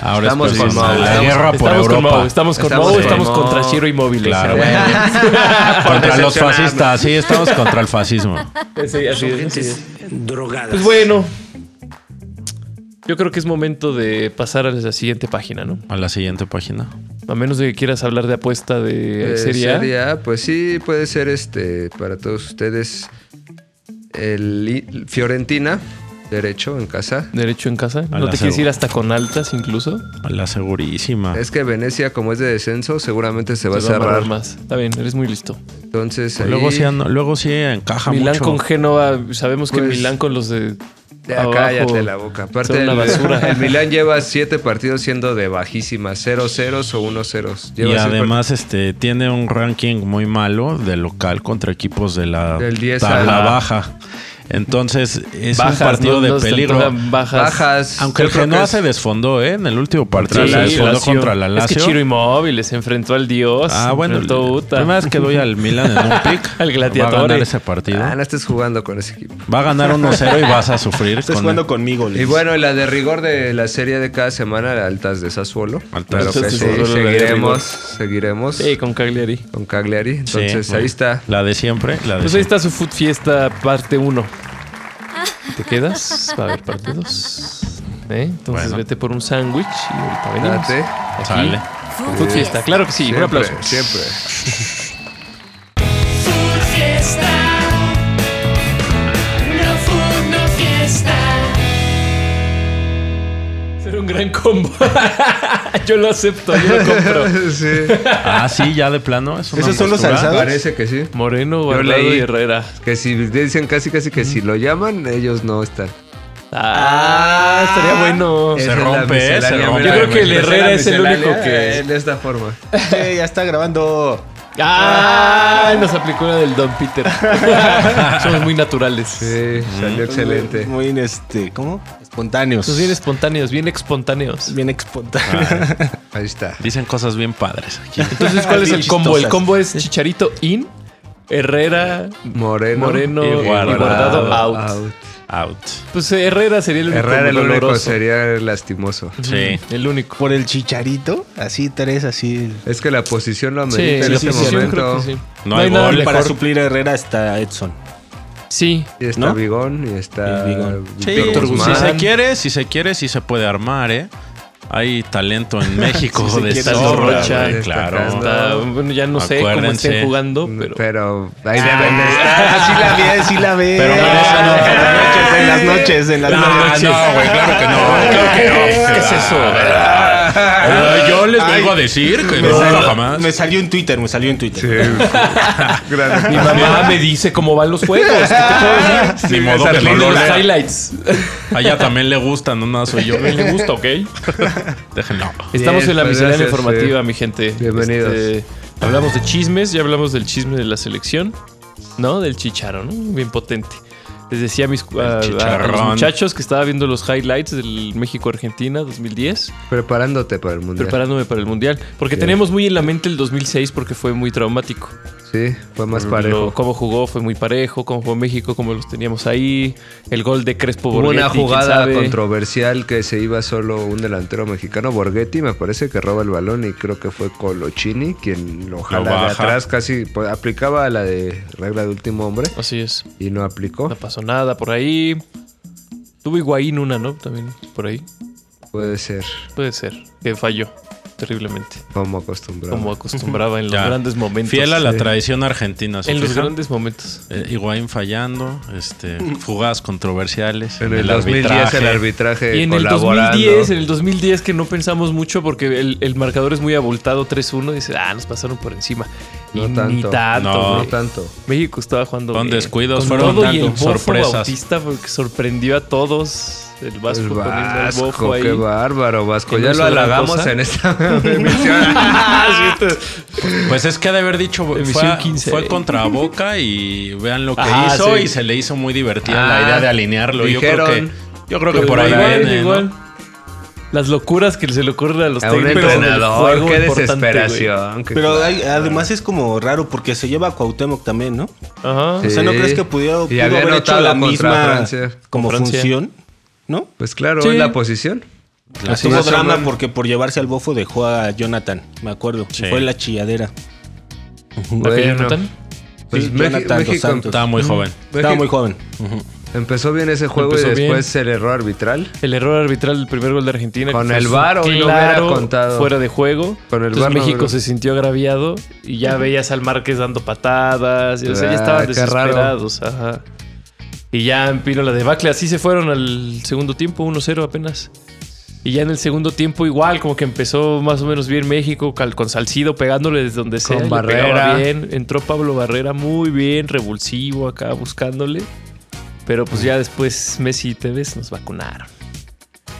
Ahora
Estamos
es
con
personal.
Mau,
La
estamos-
guerra Ah, por
estamos con
Europa.
Mau, estamos con
Estamos
Mau,
con
estamos
Mau.
contra Ciro Inmóvil.
Claro, (laughs)
Sí,
bueno. Contra
decepcionarnos.
los fascistas, sí, estamos contra el fascismo.
así es, así es. Pues bueno. Yo creo que es momento de pasar a la siguiente página, ¿no?
A la siguiente página.
A menos de que quieras hablar de apuesta de
Eh,
Serie A.
Serie A, pues sí, puede ser este para todos ustedes el I- Fiorentina, derecho en casa.
Derecho en casa.
A
¿No
la
te quieres
segura.
ir hasta con altas incluso?
A la segurísima.
Es que Venecia, como es de descenso, seguramente se va
Te
a
va amarrar
cerrar.
más. Está bien, eres muy listo.
Entonces, ahí-
Luego sí, an- luego sí encaja
Milán
mucho.
con Génova. Sabemos que
Pues-
Milán con los de
Ya,
abajo.
cállate la boca. Aparte,
Son
el,
una basura.
(laughs)
el Milán lleva siete partidos siendo de bajísima, 0-0 o 1-0. Lleva
Y
seis
además este tiene un ranking muy malo de local contra equipos de la
Del 10 a-
tabla baja. Entonces es
Bajas,
un partido
¿no?
de
No se
peligro.
antojan bajas.
Bajas.
Aunque
Yo
el
creo que
Genoa
es-
se desfondó, ¿eh? En el último partido
Sí,
se
la
desfondó
Lazio.
contra la
Es
Lazio.
que Chiro Inmóvil se enfrentó al Dios.
ah, bueno.
enfrentó a
La
Uta.
primera vez que doy al Milan en un pick.
Al Gladiatore.
Va a ganar ese partido.
Ah, no estés jugando con ese equipo.
Va a ganar 1-0 y vas a sufrir.
Estás
con-
jugando conmigo, Luis.
Y
(laughs)
bueno, la de rigor de la serie de cada semana, la altas de Sassuolo.
Altas
Pero
de
que sí,
Sassuolo, la de rigor.
seguiremos, seguiremos
(laughs) Sí, con Cagliari.
con Cagliari.
Sí,
Entonces,
bueno.
ahí está.
La de siempre. La de
Pues
siempre.
ahí está su Food Fiesta parte 1. ¿Te quedas para ver parte 2? ¿Eh? Entonces
Bueno.
vete por un sándwich y ahorita venimos.
Date.
Aquí,
Sale.
Food Fiesta, claro que sí.
siempre,
un aplauso.
Siempre.
Food Fiesta. No Food No Fiesta.
Será un gran combo. (laughs) yo lo acepto, yo lo compro.
(laughs) Sí,
Ah, sí, ya de plano. ¿Es una
¿Esos son los
postura?
alzados?
parece que sí.
Moreno,
Yo
Guardado
leí.
y Herrera.
Que si dicen casi casi que si lo llaman, ellos no están.
Ah, estaría bueno.
Se
Esa es la
rompe, ¿eh? se
miscelánea,
rompe.
mira,
Yo creo
güey.
que el
Esa
Herrera
la
es el único
miscelánea,
que-
eh, De esta forma.
Eh, ya está grabando.
Ah, nos aplicó la del Don (laughs) Peter. Somos muy naturales.
Sí,
Mm.
salió excelente.
Muy, muy, este, ¿cómo? Espontáneos.
Somos bien espontáneos, bien espontáneos.
bien espontáneos.
Ahí está.
Dicen cosas bien padres aquí.
Entonces, ¿cuál es
Bien
el combo? El
chistosas.
combo es Chicharito in, Herrera.
Moreno.
Moreno
y
y guardado,
Guardado
out.
Out.
Pues eh, Herrera sería el único.
Herrera el único
doloroso.
sería lastimoso.
Sí. (laughs)
El único.
Por el chicharito, así tres, así.
Es que la posición lo
Sí,
amerita en
la
este
posición creo
momento.
que sí.
No hay
nada
gol
mejor.
Para suplir a Herrera está Edson.
Sí.
Y está
¿No?
Vigón y está
Y Vigón.
Víctor
Sí,
Si
Guzmán.
se quiere, si se quiere, si se puede armar, ¿eh? Hay talento
(laughs)
en México
Si se
de
quiere,
sobra,
si se
güey,
quiere.
claro.
Destacando.
Ah, bueno, ya no sé cómo
Acuérdense.
estén jugando, pero.
mm,
Ah,
Pero ahí deben de estar.
(laughs)
Ah, sí la ve, sí la ve.
Pero no, no, no.
en las noches, en las noches, en las
No,
noches.
no, güey, claro que no. Claro que no.
¿Qué es eso?
Ah, Yo les vengo a decir que
Me,
no,
salió,
jamás.
me salió en Twitter, me salió en Twitter.
Sí.
(laughs)
(laughs) Gran-
Mi mamá me dice cómo van los juegos. ¿Qué te puedo decir?
Ni modo
esa
que no
línea
lo
Los
lea.
highlights.
A ella también le gusta, no nada soy yo.
También (laughs) le gusta, ¿ok?
Déjenlo.
Estamos
Bien,
en la
pues,
miscelánea
gracias,
informativa,
eh.
mi gente.
Bienvenidos.
Este, hablamos de chismes, ya hablamos del chisme de la selección, ¿no? Del chicharo, ¿no? Bien potente. Les decía a, mis, a- a- a los
chicharrón.
muchachos que estaba viendo los highlights del México-Argentina 2010,
Preparándote para el mundial.
preparándome para el Mundial. Porque teníamos muy en la mente el 2006 porque fue muy traumático.
sí, fue más
Lo-
parejo.
cómo jugó fue muy parejo, cómo jugó México, cómo los teníamos ahí. El gol de Crespo
Hubo
Borghetti,
una
quién
jugada
sabe.
controversial que se iba solo un delantero mexicano, Borghetti, me parece que roba el balón y creo que fue Colochini quien lo jala de
baja.
atrás, casi pues, aplicaba la de regla de último hombre
Así es.
y no aplicó.
No pasó nada por ahí. Tuvo Higuaín una, ¿no? También por ahí.
Puede ser
Puede ser que falló terriblemente,
como acostumbrado.
como acostumbraba en
(laughs)
los
Ya.
grandes momentos.
Fiel a la
Sí.
tradición argentina. ¿se
En los
fijan?
grandes momentos.
Eh, Higuaín fallando, este, jugadas controversiales.
En el, 2010 el
arbitraje.
arbitraje
Y en el
colaborando.
2010, en el 2010 que no pensamos mucho porque el, el marcador es muy abultado 3-1, dice, ah, nos pasaron por encima.
No
y ni
tanto.
tanto.
No.
no
güey.
tanto.
México estaba jugando
Con
bien.
descuidos,
Con
fueron
todo y
tanto.
el bofo
Sorpresas.
Bautista porque sorprendió a todos. El Vasco,
El
poniendo el
Vasco,
bofo ahí.
qué
(laughs)
bárbaro, Vasco.
Que
Ya lo
no hizo gran
halagamos
cosa.
en
(laughs)
esta emisión.
Ah,
Pues es que ha de haber dicho, fue,
Emisión
a-
15.
fue contra Boca y vean lo que
Ah,
hizo
sí.
y se le hizo muy divertida la
Ah,
idea de alinearlo. yo creo
dijeron. pues,
que, yo creo que
Pero
por ahí
igual,
viene. ¿no?
igual. Las locuras que se le ocurren a los
A un
técnicos. del
entrenador,
juego
qué
importante,
desesperación. qué
Pero
cosa.
hay- además es como raro porque se lleva a Cuauhtémoc también, ¿no?
güey. Ajá.
Sí.
O sea, ¿no crees que pudiera
Y
pudo
había
haber hecho
anotado
la
contra
misma
Francia.
como
Con Francia.
función? ¿No?
Pues claro,
Sí.
es la posición.
Claro.
Tuvo
Nacional.
drama porque por llevarse al bofo dejó a Jonathan, me acuerdo.
Sí.
Fue la chilladera.
¿La que le
Bueno,
anotan?
Pues
Sí,
Meji-
Jonathan dos
México
Santos.
Estaba muy joven.
Estaba muy joven.
empezó bien ese juego
Empezó
y
bien.
después el error arbitral.
El error arbitral del primer gol de Argentina.
Con
que
el
fue
VAR hoy no hubiera
claro
contado.
Fuera de juego.
Con el
Entonces
VAR no
México
hubiera-
se sintió agraviado y ya veías al Márquez dando patadas. y, o sea, ya
Ah,
estaban
qué raro.
desesperados. Ajá. Y ya vino la debacle. Así se fueron al segundo tiempo, 1-0 apenas. Y ya en el segundo tiempo igual, como que empezó más o menos bien México, cal- con Salcido pegándole desde donde sea. le
Barrera.
pegaba bien. Entró Pablo Barrera muy bien, revulsivo acá, buscándole. Pero pues ya después Messi y Tevez nos vacunaron.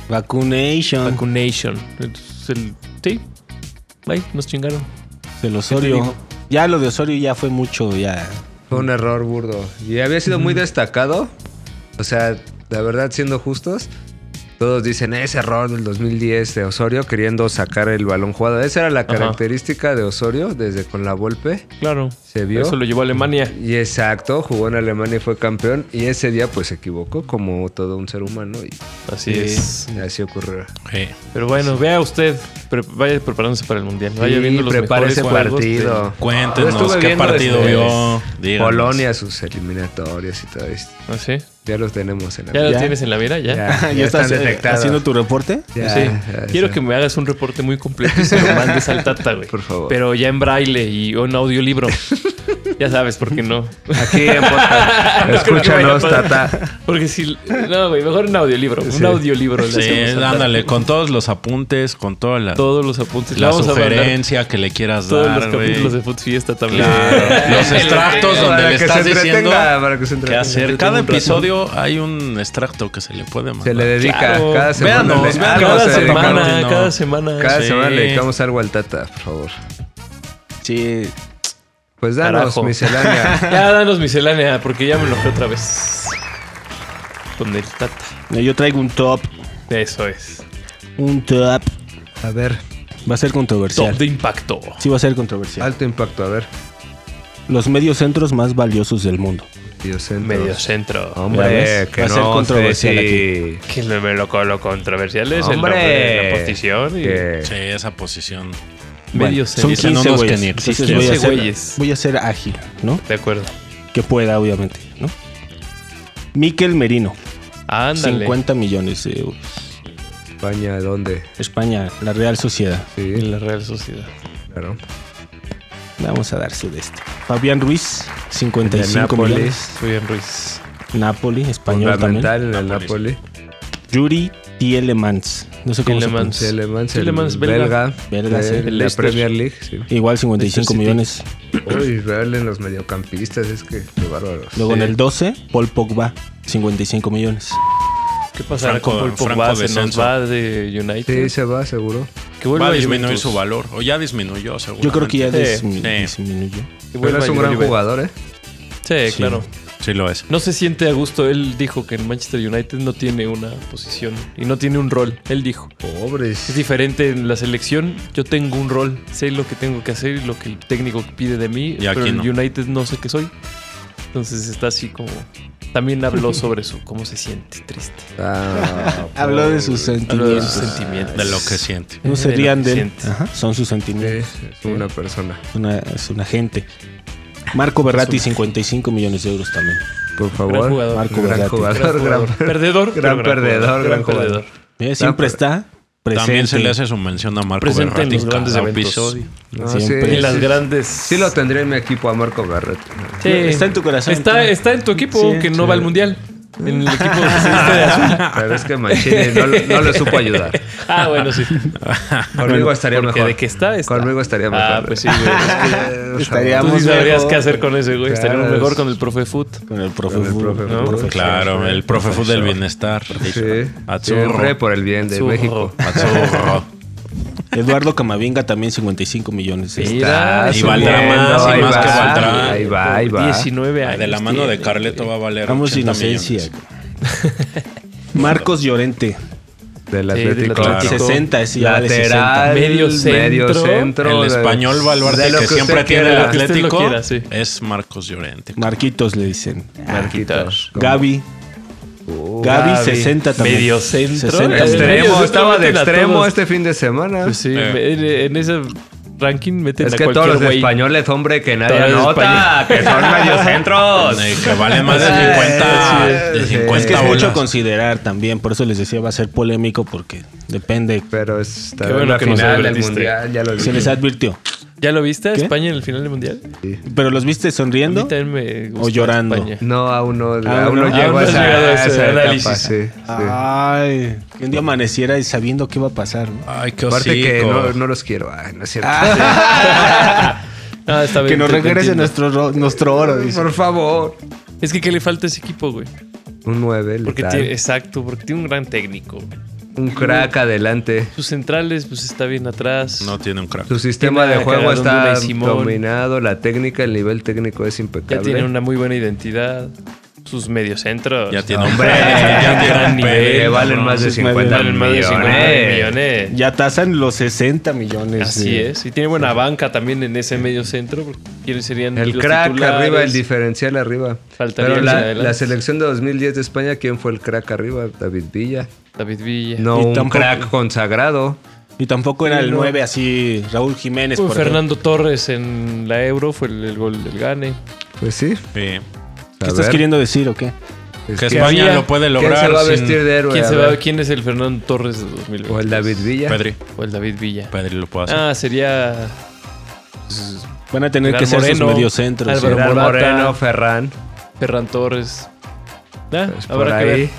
Vacunation.
Vacunation. Entonces, el- sí. Ahí nos chingaron. ¿Qué
del
te
Osorio.
digo?
Ya lo de Osorio ya fue mucho, ya.
Fue un error burdo. Y había sido muy destacado. O sea, la verdad, siendo justos, todos dicen ese error del 2010 de Osorio queriendo sacar el balón jugado. Esa era la
Ajá.
característica de Osorio desde con la Volpe.
Claro.
Se vio.
Eso lo llevó a Alemania.
Y exacto, jugó en Alemania y fue campeón. Y ese día, pues se equivocó, como todo un ser humano. Y
Así
Sí.
es.
así ocurrió.
Eh,
Pero bueno, vea usted. pre- vaya preparándose para el mundial. Vaya
Sí,
viendo los
prepare
mejores
ese
juegos este, de-
partido. Yo
Cuéntenos
estuve
qué
viendo este
partido
desde
vio. Díganos.
Polonia, sus eliminatorias y todo esto.
¿Ah, sí?
Ya los tenemos en la
¿Ya, lo
Ya.
tienes en la mira? Ya.
Ya.
¿Ya, estás eh,
detectados.
haciendo tu reporte?
Ya,
sí.
ya,
Quiero
sí.
que me hagas un reporte muy completo y se lo mandes al Tata, güey.
Por favor.
Pero ya en braille y un audiolibro. ya sabes por qué no.
Aquí
(laughs)
en podcast.
No creo que vaya a
(laughs) Escúchanos,
pasar. (laughs)
Tata.
Porque si. No, güey, mejor un audiolibro.
Sí.
Un audiolibro. le
Sí,
hacemos al
ándale,
Tata.
con todos los apuntes, con toda la,
Todos los apuntes. Le
la
vamos a mandar
sugerencia que le quieras
todos
dar.
los
güey.
capítulos de Food Fiesta
(laughs)
también. (laughs)
Claro. los extractos donde
Para
le
que
estás
se
diciendo
entretenga, para que se
qué
entretenga.
hacer. Cada episodio hay un extracto que se le puede mandar.
Se le dedica
Claro.
cada semana.
Véanos,
le-
véanos
algo
Cada
se dedica.
semana,
no.
cada semana.
Cada
Sí.
semana le dedicamos algo al Tata, por favor.
Sí.
Pues danos
Carajo. (laughs)
miscelánea.
Ya danos miscelánea, porque ya me enojé otra vez. Con el tata.
Yo traigo un top.
Eso es.
Un top.
A ver,
Va a ser
Top
controversial.
de impacto.
Sí, va a ser controversial.
alto impacto, a ver.
Los mediocentros más valiosos del mundo.
Mediocentro.
Medio centro.
Hombre,
¿Ves?
que
Va a ser
no
controversial
sé
aquí.
Que lo, lo, lo controversial es el
Hombre.
nombre de la posición. Y...
que-
Sí, esa posición.
Medio
Bueno, son
centro.
Dicen unos
15
que
güeyes.
ni
Entonces
existen.
voy a
15
ser-
güeyes.
Voy a ser ágil, ¿no?
De acuerdo.
Que pueda, obviamente, ¿no? Miquel Merino,
Ándale.
50 millones de euros.
España, ¿dónde?
España, la Real Sociedad.
Sí,
En la Real Sociedad.
claro.
Vamos a darse de este. Fabián Ruiz, 55
Nápoles.
millones.
Fabián Ruiz.
Napoli, español también.
Fundamental en el Napoli.
Yuri Tielemans. No sé cómo se
Tielemans.
pronuncia.
Telemans,
Tielemans,
el
belga.
belga.
Belga, sí.
de
El
la
Leicester.
Premier League. Sí.
Igual 55
Manchester
millones.
Uy, vean en los mediocampistas, es que qué bárbaros.
Luego
Sí.
en el 12, Paul Pogba, 55 millones.
¿Qué pasará
Franco-
con Paul Pogba?
Franco
Se nos
descenso.
va de United.
Sí, se va, seguro.
Que
Va
vuelva
a
a
disminuir
Juventus.
su valor. O ya disminuyó, seguro.
Yo creo que ya
Sí,
dismi-
sí.
disminuyó.
Que
Pero
vuelva
es un
a
gran
Juventus.
jugador, ¿eh?
Sí,
Sí.
claro.
Sí lo es.
No se siente a gusto. Él dijo que en Manchester United no tiene una posición y no tiene un rol. Él dijo. Es
Pobres.
diferente en la selección. Yo tengo un rol. Sé lo que tengo que hacer y lo que el técnico pide de mí.
Y aquí
pero en
no.
United no sé qué soy. Entonces está así como. También habló sobre su cómo se siente triste.
Ah,
Habló de sus
pobres.
Habló de
sentimientos.
sus sentimientos.
De lo que siente.
No se
de lo
rían
que
de él.
siente.
Ajá, Son sus sentimientos.
Sí, es una persona.
Una- es un agente. Marco Berratti, 55 millones de euros también.
Por favor.
Gran jugador.
Marco
Gran
Berratti.
jugador, gran,
Perdedor. pero
gran perdedor, gran jugador.
Eh, siempre
Ah,
está presente.
También se le hace su mención a Marco
Presente en
Berratti
los grandes
cada
eventos.
episodio.
No,
Siempre.
sí,
En las
sí.
grandes.
Sí lo tendría en mi equipo a Marco Berratti.
Sí.
Está en tu corazón.
Está, está en tu equipo
Sí,
que no
sí.
va al mundial. En el equipo que se
(laughs)
viste de azul.
Pero es que Mancini no, lo- no le supo ayudar.
Ah, bueno, sí.
Conmigo estaría
Porque
mejor.
de que está, está.
Conmigo estaría mejor.
Ah, pues
(laughs)
sí, güey.
Eh,
Estaríamos-
Tú sí sabrías
mejor.
qué hacer con ese, güey. Estaría
Claro,
mejor
es-
con el profe Foot.
Con el profe.
Con el
Fu-
profe
el
Fu.
profe
Claro,
Fu.
el profe Fu del bienestar.
Sí.
Azzurro.
Re por el bien de
Azzurro.
México.
Azzurro.
Eduardo Camavinga también 55 millones. Este, de euros.
Mira,
Está
y valdrá
subiendo,
más, y
ahí
más que
va,
valdrá.
Ahí va, ahí va.
19 años.
Ah, De la mano de
tiene.
Carleto va a valer
Vamos de
80
inocencia.
millones.
Marcos Llorente,
Del
Sí, del
Atlético.
Claro.
60, ese ya vale 60.
Lateral,
Medio centro.
El
de-
español
de
baluarte
lo
que,
usted
siempre tiene el
quiera.
lo que usted lo
Atlético
quiera, sí.
es Marcos Llorente.
Marquitos le dicen.
Ah, Marquitos.
Gaby. Gaby, 60 también.
Medio centro.
60.
Medio
Extremo,
centro,
estaba de
meten a
extremo
todos.
este fin de semana.
Pues sí,
Eh.
me- en, en ese ranking meten
Es
a
que todos
cualquier
los
güey.
españoles, hombre, que nadie
Todos los
anota, que son
(laughs)
mediocentros.
Eh, Que vale más de
Sí,
50,
sí,
de
sí.
50
Es que es mucho
bolas.
considerar también, por eso les decía va a ser polémico porque depende.
Pero está
Qué bueno
en la
que nos
final del
advertiste.
mundial, ya lo
Se
dije.
les advirtió.
¿Ya lo viste a
¿Qué?
España en el final del mundial?
Pero los viste
A mí
sonriendo.
también me gusta
llorando?
España.
No, aún no, aún
no.
no
Aún
llego
no
a
has llegado
esa,
a
a
ese
esa etapa,
análisis.
sí, sí.
Ah. Ay, que un día amaneciera y sabiendo qué iba a pasar. ¿no?
Ay, qué
Aparte que
hocico.
no, no los quiero, ay, no es cierto. (laughs)
Ah, está bien,
Que nos
te- te
regrese
entiendo.
nuestro, ro- nuestro oro. dice.
Por favor.
Es que ¿qué le falta a ese equipo, güey?
Un 9,
Porque
letal.
tiene, exacto, porque tiene un gran técnico.
Un crack adelante.
Sus centrales, pues está bien atrás.
No tiene un crack.
Su sistema
Tiene
de
a
juego
Cagado
está
Luna y Simón.
dominado, la técnica, el nivel técnico es
ya
impecable.
tiene una muy buena identidad. Sus mediocentros.
Ya tiene un
(laughs)
Hombre,
ya tiene
gran
un
nivel,
pene,
Le valen
cabrón.
más de
sus medios
50
Valen más de 50
millones.
millones.
Ya tasan los 60 millones.
Así
de-
es. Y tiene buena banca también en ese medio centro. porque ¿Quiénes serían
El
los
crack
titulares?
arriba, el diferencial arriba.
Faltaría
Pero
el
la,
adelante.
la selección de 2010 de España, ¿quién fue el crack arriba? David Villa.
David Villa.
No
Y
un
tampoco-
crack consagrado.
Y tampoco era el
No.
9 así Raúl Jiménez.
Uy,
por ejemplo.
Fernando Torres en la Euro fue el, el gol del Gane.
Pues sí.
Sí.
A
¿Qué estás
ver,
queriendo decir o qué?
es
Que
que-
España
había-
lo puede
¿Quién
lograr
se va a
sin-
vestir de héroe?
¿Quién,
A
se va-
ver.
¿Quién es el Fernando Torres de 2020?
O el David Villa.
Pedri.
O el David Villa.
Pedri lo puede hacer.
Ah, sería
Van a tener
Gerard
que ser
Moreno,
sus mediocentros.
Álvaro-
Gerard
Morata.
Moreno, Ferran.
Ferran Torres. Ah,
Pues por
habrá que ver.
ahí.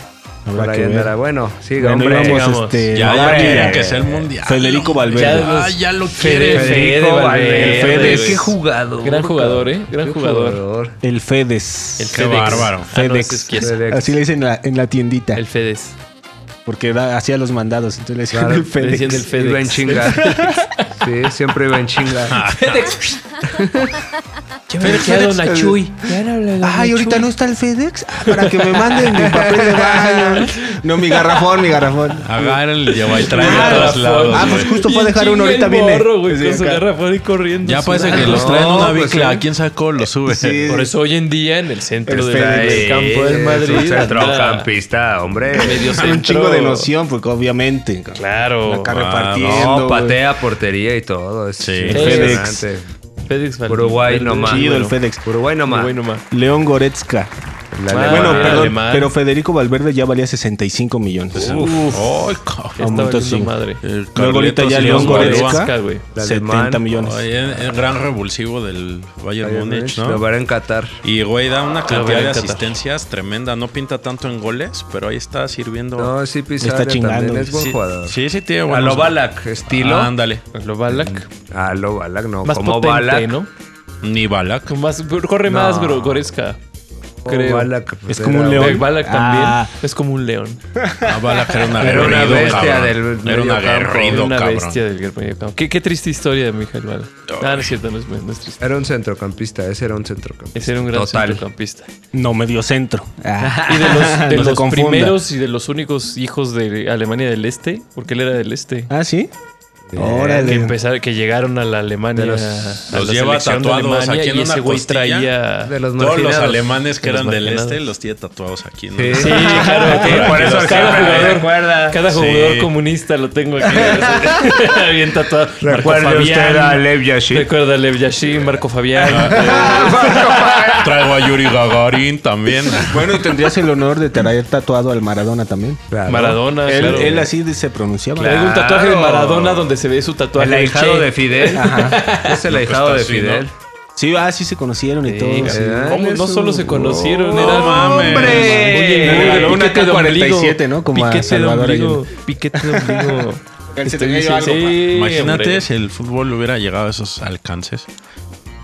Habrá
por ahí
que ver.
andará. Bueno, siga,
Bueno,
hombre.
íbamos,
digamos.
este,
ya,
Valverde.
ya tiene que ser mundial.
Federico Valverde.
Ya los-
Ah, ya lo
Fede,
quiere.
Fede Valverde,
Valverde, Fede,
güey.
qué jugador.
Gran jugador, ¿eh? Gran
Qué
jugador.
El Fedes.
El
Qué
Fedex.
bárbaro.
Ah, no,
Fedex.
ese es Chiesa.
Fede-
Así le dicen en la, en la tiendita.
El Fedex.
Porque da- hacía los mandados. Entonces le decían
Claro,
el
le
Fedex.
decían el Fedex.
Iba en chinga. sí, siempre iba en chinga.
Ay, ahorita no está el FedEx. Ah, Para que me manden mi papel de baño. No, Ah, mi garrafón, mi garrafón.
Agarra el lleva y trae
Ah,
a todos lados.
Ah, pues
güey.
justo fue a dejar uno ahorita
bien.
viene.
Borro, güey,
Sí,
con su
acá.
garrafón y corriendo.
Ya parece que
sudando.
los traen en una
pues
bicla.
sí.
¿Quién sacó? Lo sube.
Sí.
Por eso hoy en día en el centro
El
del,
Fedex.
eh,
del campo del
Es un
Madrid. anda
centrocampista, hombre.
medio
Hay
centro.
pues un chingo de noción, porque obviamente.
Claro.
Acá
Ah,
repartiendo.
No,
güey.
patea portería y todo. Es
Sí.
impresionante.
FedEx Valdés.
Uruguay nomás.
Chido el
Bueno,
FedEx.
Uruguay nomás.
Uruguay nomás.
León Goretzka.
La
Ah,
alemana.
bueno,
era
perdón,
alemán.
pero Federico Valverde ya valía 65 millones.
Uf. Ay, cabrón.
Ya Está
Aumentó,
valiendo
sí.
madre.
El
Luego ahorita
Carletos
ya
y
León
Osvaldo.
Goretzka.
Goretzka,
güey.
El
70
alemán.
millones.
Ay, El, el gran revulsivo del Bayern
Bayern
Múnich,
Múnich, Lo
¿no?
verá en Qatar.
Y güey, da una cantidad
veré en
de
Qatar.
asistencias tremenda. No pinta tanto en goles, pero ahí está sirviendo.
No, sí, Pizarro
Está chingando.
también es buen
sí,
jugador.
sí, sí tiene
A
buenos-
lo Balak, estilo.
Ah, ándale.
Lo Balak.
A Ah, lo Balak, no.
Más
Mm, como
potente,
Balak.
¿no?
Ni Balak.
Con más, corre
No.
más, bro, Goretzka.
Como
Creo.
Balak, pues,
Es como un
era-
león.
Eh, Balak
Ah.
también. Es como un león.
Ah, Balak era un
Era una
aguerrido,
bestia
cabrón.
del
Era un
medio campo.
Era
aguerrido,
una
cabrón.
bestia del medio campo. Qué, qué triste historia de Mijael Balak. Ah, no es cierto, no es, no es triste.
Era un centrocampista, ese era un centrocampista.
Ese era un gran
Total.
centrocampista.
No, medio centro.
Y
(laughs)
de los, de
Ah. No se
los
confunda.
primeros y de los únicos hijos de Alemania del Este, porque él era del Este.
Ah, sí.
Sí.
Eh,
Órale.
Que empezaron, que llegaron a la Alemania.
De los-
a
los
la
lleva
selección de
tatuados
Alemania,
aquí en
y ese
una
güey
costilla.
traía.
De los
Todos los
marginados.
alemanes que
Los
eran del
marginados.
este los tiene tatuados aquí. ¿no?
Sí. (laughs)
Sí, claro.
Sí,
claro,
por
claro.
eso
cada
siempre me
jugador,
recuerda.
cada
Sí.
jugador comunista lo tengo aquí. (laughs) Bien tatuado. Marco
Recuerde usted a
Fabián.
Lev Yashin.
Recuerda a Lev Yashin, Marco Fabián.
(laughs) Traigo a Yuri Gagarin también.
Bueno, y tendrías el honor de traer tatuado al Maradona también.
Claro.
Maradona.
Él,
Ah, claro.
él así de- se pronunciaba.
Traigo un tatuaje de Maradona donde se ve su tatuaje.
El ahijado
Che.
de Fidel. Es el ahijado de
así, ¿no?
Fidel.
Sí, ah, sí se conocieron y
Sí,
todo.
cabrón.
sí.
¿verdad?
¿Cómo? No solo se conocieron,
¡No
era
mames!
Oye,
¡Hombre!
muy
Le regaló
de
una
piquete de
AK-47,
ombligo.
¿no? Como a
piquete de
Salvador
ombligo. Piquete de ombligo.
(laughs) Él se
Estoy
tenía
diciendo-
yo algo, pa.
Sí,
(laughs) Imagínate
hombre.
si el fútbol hubiera llegado a esos alcances.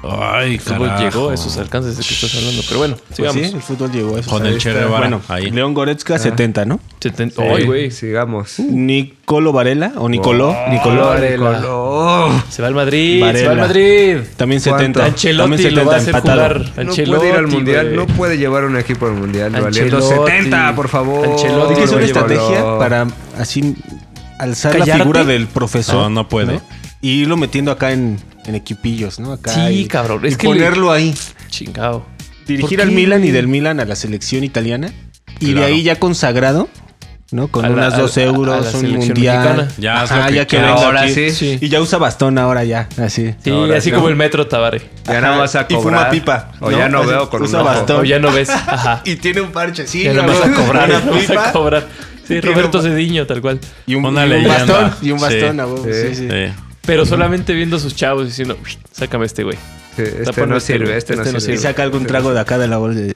Ay,
El fútbol
carajo.
llegó a esos alcances de que estás hablando. Pero bueno,
Pues sí,
sigamos.
el fútbol llegó a eso.
Con el Che Guevara,
Bueno,
ahí.
León
Ah.
Goretzka, 70, ¿no?
Seten- Ay, güey.
Sigamos.
Nicolo Varela o Nicoló. Nicoló.
Varela.
Nicoló.
Se va al Madrid. Se va al
Varela.
Madrid.
También 70.
Ancelotti
También
lo va a hacer
empatado.
jugar.
No
Ancelotti,
puede ir al
güey.
mundial, no puede llevar un equipo al mundial. Valiendo
Ancelotti.
70, por favor.
Ancelotti.
Es que es una
Nicoló.
estrategia para así alzar la
¿Callarte?
figura del profesor.
No, no puede.
Y irlo metiendo acá en, en equipillos, ¿no? Acá
Sí,
y-
cabrón, es
y
que le-
ponerlo ahí.
Chingado.
Dirigir
¿Por
al
qué?
Milan y del Milan a la selección italiana. Y de
Claro.
ahí ya consagrado, ¿no? Con
A la-
unas
a-
dos
a- a la
euros, un
selección
mundial.
mexicana.
Ya haz
Ajá,
lo que
ya que
quieras.
venga
Ahora
aquí.
sí.
Sí.
Y ya usa bastón ahora ya, así.
Sí,
Ahora
así
sí.
como el metro Tabare.
Ya nada
Ajá,
más a
y
cobrar.
fuma pipa,
O
¿no?
ya no
Así,
veo con
usa
un ojo.
bastón.
O ya no
(laughs)
ves. Ajá.
Y tiene un parche, sí.
Ya no vas a cobrar.
(laughs)
ya no vas a cobrar. Sí,
Tiene
Roberto
un-
Cediño, tal cual.
Y un,
Una
y un
leyenda.
bastón. Y un
Sí.
bastón, a huevo, sí, sí.
Sí.
Pero solamente viendo a sus chavos y diciendo, "Uy, sácame a este güey.
Sí, este
Tápame
no
este,
sirve,
güey.
este no
Este no
sirve.
Y
(laughs)
saca algún trago de acá de la bolsa. de-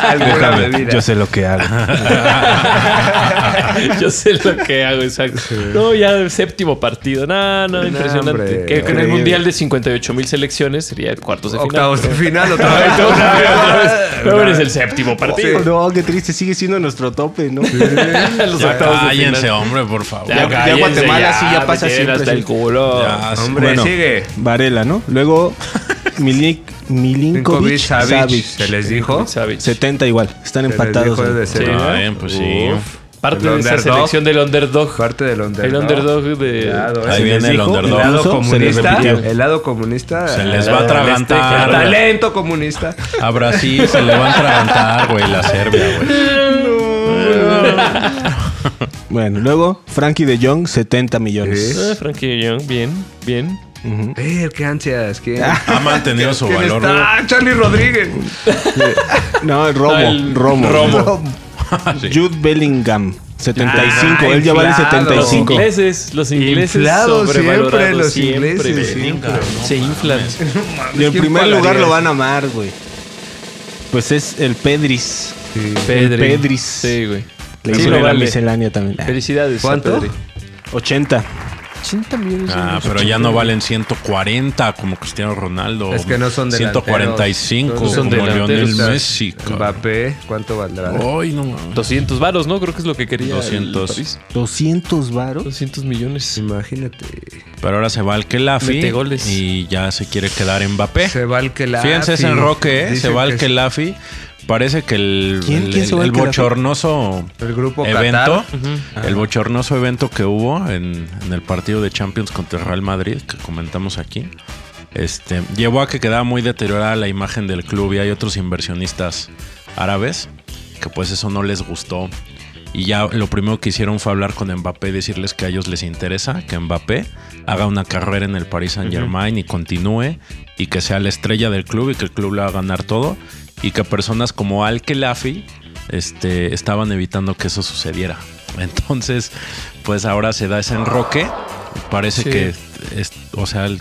Alguna bebida.
sé lo que hago.
(laughs) Yo sé lo que hago, exacto. No, ya el séptimo partido. No, no,
No,
impresionante.
hombre,
que en el
horrible.
mundial de 58 mil selecciones sería cuartos de final. (laughs)
Octavos de final (laughs) otra vez.
Pero una vez, otra vez. Pero
Una
eres
vez.
el séptimo partido.
Sí.
(laughs) No, qué triste, sigue siendo nuestro tope, ¿no?
Los
Ya
octavos de
cállense,
final.
hombre, por favor.
Ya, ya
cállense,
Guatemala sí ya
me
pasa
tienen
siempre,
hasta el
sí.
culo.
Ya, sí.
Hombre,
Bueno,
sigue.
Varela, ¿no? Luego Milink, Milinkovic,
Ninkovic, Savic,
Savic.
se les dijo. Se
Savic.
70 igual, están
les
empatados.
dijo
¿no?
desde
Sí,
cero.
¿no?
Bien, pues sí.
Uf,
Parte
el
de esa
underdog,
selección del underdog.
Parte del underdog.
El underdog de...
Cuidado,
Ahí
eh.
viene el
dijo,
underdog.
El lado
Incluso se les
comunista.
repitió.
El lado comunista.
Se les va a
eh,
atragantar.
este, Talento comunista.
A Brasil se le va a atragantar, güey, la Serbia, güey.
Bueno, luego Frankie de Jong, 70 millones.
Ah, Frankie de Jong, bien, bien.
Ujú.
Eh, qué ansias. ¿Quién,
Ha mantenido su
Ah, ¿quién
valor.
está? Ah, Charlie Rodríguez.
No, el Romo,
Ah, el
Romo.
Romo.
Sí.
Jude Bellingham, 75.
Ah,
Él ya vale
inflado.
Los
75.
ingleses, los ingleses
Inflados siempre,
sobrevalorados
los
siempre,
ingleses,
güey.
siempre.
Se inflan.
Y en
¿Quién
primer lugar
pagaría
lo van a amar, güey. Pues es el Pedris.
Sí.
Pedri.
Pedris.
Sí, güey.
Le
Sí,
hizo
lo
la
vale.
miscelánea también.
Felicidades. a
¿Cuánto?
Pedri.
80.
80 millones. de
Ah,
euros.
pero ya no valen 140 como Cristiano Ronaldo.
Es que no son delanteros.
145
No
son
como
delanteros.
Lionel
Está
Messi. cabrón. Oh.
Mbappé, ¿cuánto valdrá?
Ay, no mames.
200 varos, ¿no? Creo que es lo que quería 200.
200.
200 varos.
200 millones.
Imagínate.
Pero ahora se va al Kelafi
Mete goles.
y ya se quiere quedar Mbappé.
Se va el que la.
Eh. Fíjense ese enroque, ¿eh? Se
Dicen
va al
que es
Kelafi. Parece que el,
¿Quién?
el-
¿Quién se va
el
al Khelaifi?
bochornoso
El grupo
evento,
Qatar.
el bochornoso evento que hubo en, en el partido de Champions contra el Real Madrid, que comentamos aquí, este, llevó a que quedaba muy deteriorada la imagen del club y hay otros inversionistas árabes que pues eso no les gustó. Y ya lo primero que hicieron fue hablar con Mbappé y decirles que a ellos les interesa que Mbappé haga una carrera en el Paris Saint Germain y continúe y que sea la estrella del club y que el club le va a ganar todo y que personas como Al Khelaifi este, estaban evitando que eso sucediera. (laughs) Entonces, pues ahora se da ese enroque. Parece
Sí.
que, es- o sea, el-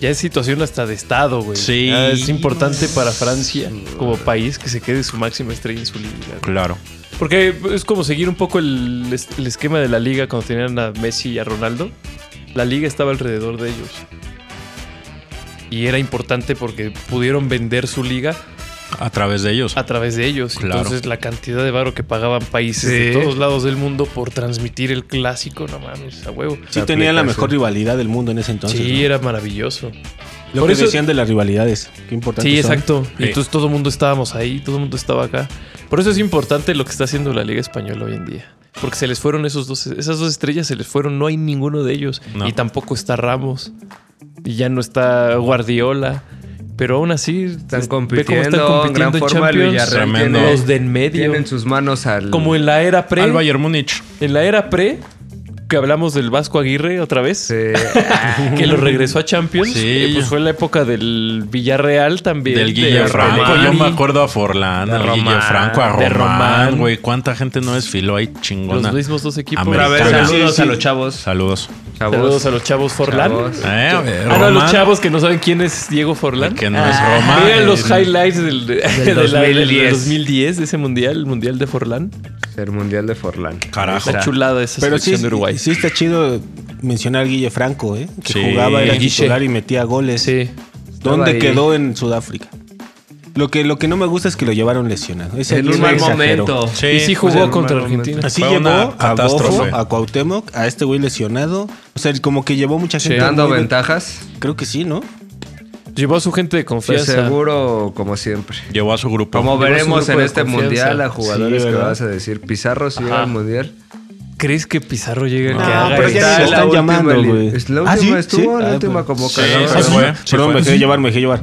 Ya es situación hasta de Estado, güey.
Sí.
Ya es importante para Francia como país que se quede su máxima estrella en su liga. güey.
claro.
Porque es como seguir un poco el, es- el esquema de la liga cuando tenían a Messi y a Ronaldo. La liga estaba alrededor de ellos. Y era importante porque pudieron vender su liga
A través de ellos.
a través de ellos.
Claro.
Entonces la cantidad de varo que pagaban países de
Sí.
todos lados del mundo por transmitir el clásico, no mames, a huevo.
Sí tenían la mejor rivalidad del mundo en ese entonces.
sí,
¿no?
era maravilloso.
Lo
por
que
eso-
decían de las rivalidades. Qué importante.
Sí,
son.
exacto. Y
Sí.
entonces todo el mundo estábamos ahí, todo el mundo estaba acá. Por eso es importante lo que está haciendo la Liga Española hoy en día. Porque se les fueron esos dos, esas dos estrellas, se les fueron, no hay ninguno de ellos.
No.
Y tampoco está Ramos. Y ya no está Guardiola. Pero aún así,
Están
ve cómo
compitiendo, en gran
en
forma el
Champions.
Villarreal
Tremendo.
tiene-
Los de en medio.
Tiene en sus manos al.
Como en la era pre.
Al Bayern Múnich.
En la era pre, que hablamos del Vasco Aguirre otra vez,
Sí.
que lo regresó a Champions,
Sí.
eh, pues fue la época del Villarreal también.
Del
de-
Guille Franco.
de
Yo
Colli,
me acuerdo a Forlán,
De
al Guille
Román,
Franco, a
de Román.
Román, güey. ¿Cuánta gente no desfiló ahí chingona?
Los mismos dos equipos.
Otra (laughs) vez,
Americana.
saludos
Sí,
a
sí.
los chavos.
Saludos.
Chavos.
Saludos a los chavos Forlán.
Chavos.
Eh, eh,
Ah, no, a los
Román,
chavos que no saben quién es Diego Forlán.
Que
Ah.
no es Román.
Vean los
El-
highlights del, (laughs) de la- del
2010.
2010, de ese mundial, el mundial de Forlán.
El mundial de Forlán.
Carajo.
La
Será.
chulada esa
Pero sí,
selección de Uruguay.
sí está chido mencionar a Guille Franco, ¿eh? Que
Sí.
jugaba, era
Guille.
titular y metía goles.
Sí.
¿Dónde
Estaba ahí.
quedó en Sudáfrica? Lo que, lo que no me gusta es que lo llevaron lesionado. Ese
En
sí
un
me
mal
exageró.
momento.
Sí.
y sí jugó
Pues el
contra
mal momento.
Argentina.
Así
Fue
llevó
una
a Bofo,
catástrofe.
a Cuauhtémoc, a este güey lesionado. O sea, como que llevó mucha gente.
Dando
muy-
ventajas.
Creo que sí, ¿no?
Llevó a su gente de
Pues
confianza.
seguro, como siempre.
Llevó a su grupo.
(laughs) Como
Llevas un
veremos
grupo
en
de
este
confianza.
mundial a jugadores
Sí,
que
¿verdad?
vas a decir. Pizarro si llega
Ajá.
al mundial. pues
¿Crees que Pizarro llegue
No,
que haga
pero
esto?
ya ni lo están
última
llamando,
li-
güey.
es La
Ah,
última
¿sí?
estuvo,
Sí.
la
Ah,
última
pues.
Sí,
convocatoria.
se
Pero
fue.
bueno,
Sí
Perdón,
fue.
me dejé llevar, me dejé llevar.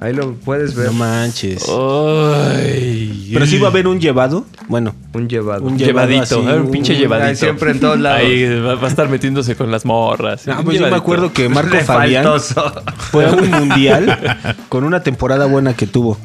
Ahí lo puedes ver.
No manches.
Ay.
Pero sí va a haber un llevado. Bueno,
Un llevado.
Un
llevadito,
Llevado así,
ah, un pinche
un-
llevadito.
ahí siempre en todos lados.
Ahí va, va a estar metiéndose con las morras.
Ah,
Un
pues yo me
llevadito.
acuerdo
(laughs)
que Marco
Re
Fabián
faltoso.
fue a un mundial
(laughs)
con una temporada buena que tuvo.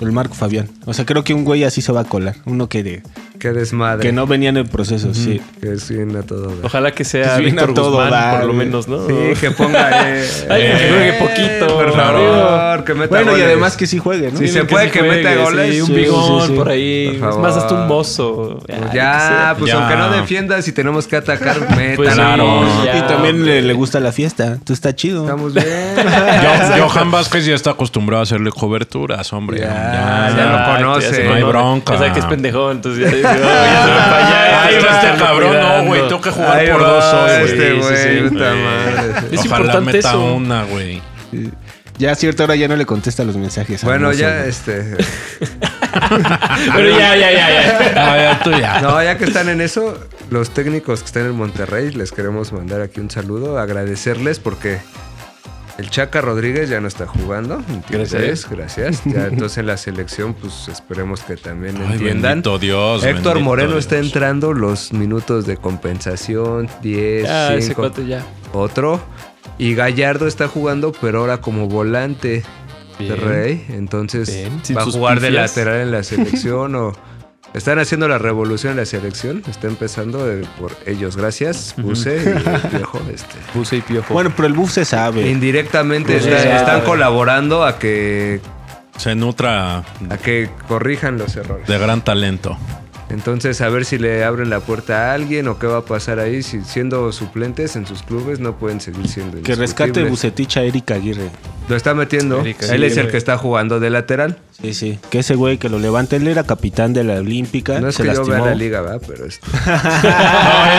El Marco Fabián. O sea, creo que un güey así se va a colar. Uno que de-
Qué desmadre.
Que no venían en proceso, sí.
Que es bien a todo. dar.
Ojalá que sea
Pues viene a
Víctor
todo
Guzmán,
dar,
por lo
güey.
menos, ¿no?
Sí, que ponga. eh,
Ay, que
eh,
juegue poquito.
Por favor, que meta
Bueno, y
goles.
además que sí juegue, ¿no?
Sí, se
que
puede
sí
que,
juegue,
meta
sí,
goles.
un
Sí,
bigón
sí, sí.
por ahí.
Por
es más, hasta un
favor.
mozo.
Pues
Ay,
ya, pues
Ya.
aunque no defienda, si tenemos que atacar, meta.
Pues sí,
Claro.
ya.
Y también le, le gusta la fiesta. Tú está chido.
Estamos bien.
Yo- Johan Vázquez ya está acostumbrado a hacerle coberturas, hombre.
Ya,
Ya,
ya lo
Exacto,
conoce.
ya se
No hay
conoce.
bronca.
Ya sabe que es pendejón, entonces ya dice, "Oh, ya se va para allá,
Ahí
ya
va
está
este cabrón, no,
cuidando".
güey. Tengo que jugar
Ahí
por
va
dos hoy. güey.
Este
Sí, sí,
güey,
sí.
puta
Güey.
madre.
Es
Ojalá
importante
meta
eso.
una, güey.
Ya a cierta hora ya no le contesta los mensajes. a
Bueno,
Alonso,
ya,
güey.
este.
Pero ya, ya, ya,
(laughs)
ya.
A ver, tú ya.
No, ya que están en eso, los técnicos que están en Monterrey, les queremos mandar aquí un saludo, agradecerles porque el Chaca Rodríguez ya no está jugando. ¿entiendes?
Gracias.
Gracias. Ya, entonces en la selección, pues esperemos que también
Ay,
entiendan.
bendito Dios.
Héctor
bendito
Moreno
Dios.
está entrando los minutos de compensación, 10,
Ya, ese
5,
cuate ya. (laughs)
otro. Y Gallardo está jugando, pero ahora como volante de Rey. Entonces
Bien. Sin
va a
sus
jugar de
pifias.
lateral en la selección o... Están haciendo la revolución en la selección. Está empezando eh, por ellos. Gracias, Puse y el viejo, este.
Puse y piojo.
Bueno, pero el buff se sabe.
Indirectamente
Sí,
está-
sí,
están
sí.
colaborando a que,
Se nutra
a que corrijan los errores.
de gran
(laughs)
talento.
Entonces, a ver si le abren la puerta a alguien o qué va a pasar ahí. Si siendo suplentes en sus clubes, no pueden seguir siendo.
Que rescate
indiscutibles.
Bucetich a Erika Aguirre.
Lo está metiendo.
Erika,
Él
sí,
es el
güey.
que está jugando de lateral.
Sí, sí. Que ese güey que lo levanta, él era capitán de la Olímpica.
No es
¿Eh? se
que yo
lastimó.
vea la liga, ¿verdad? Pero este-
No,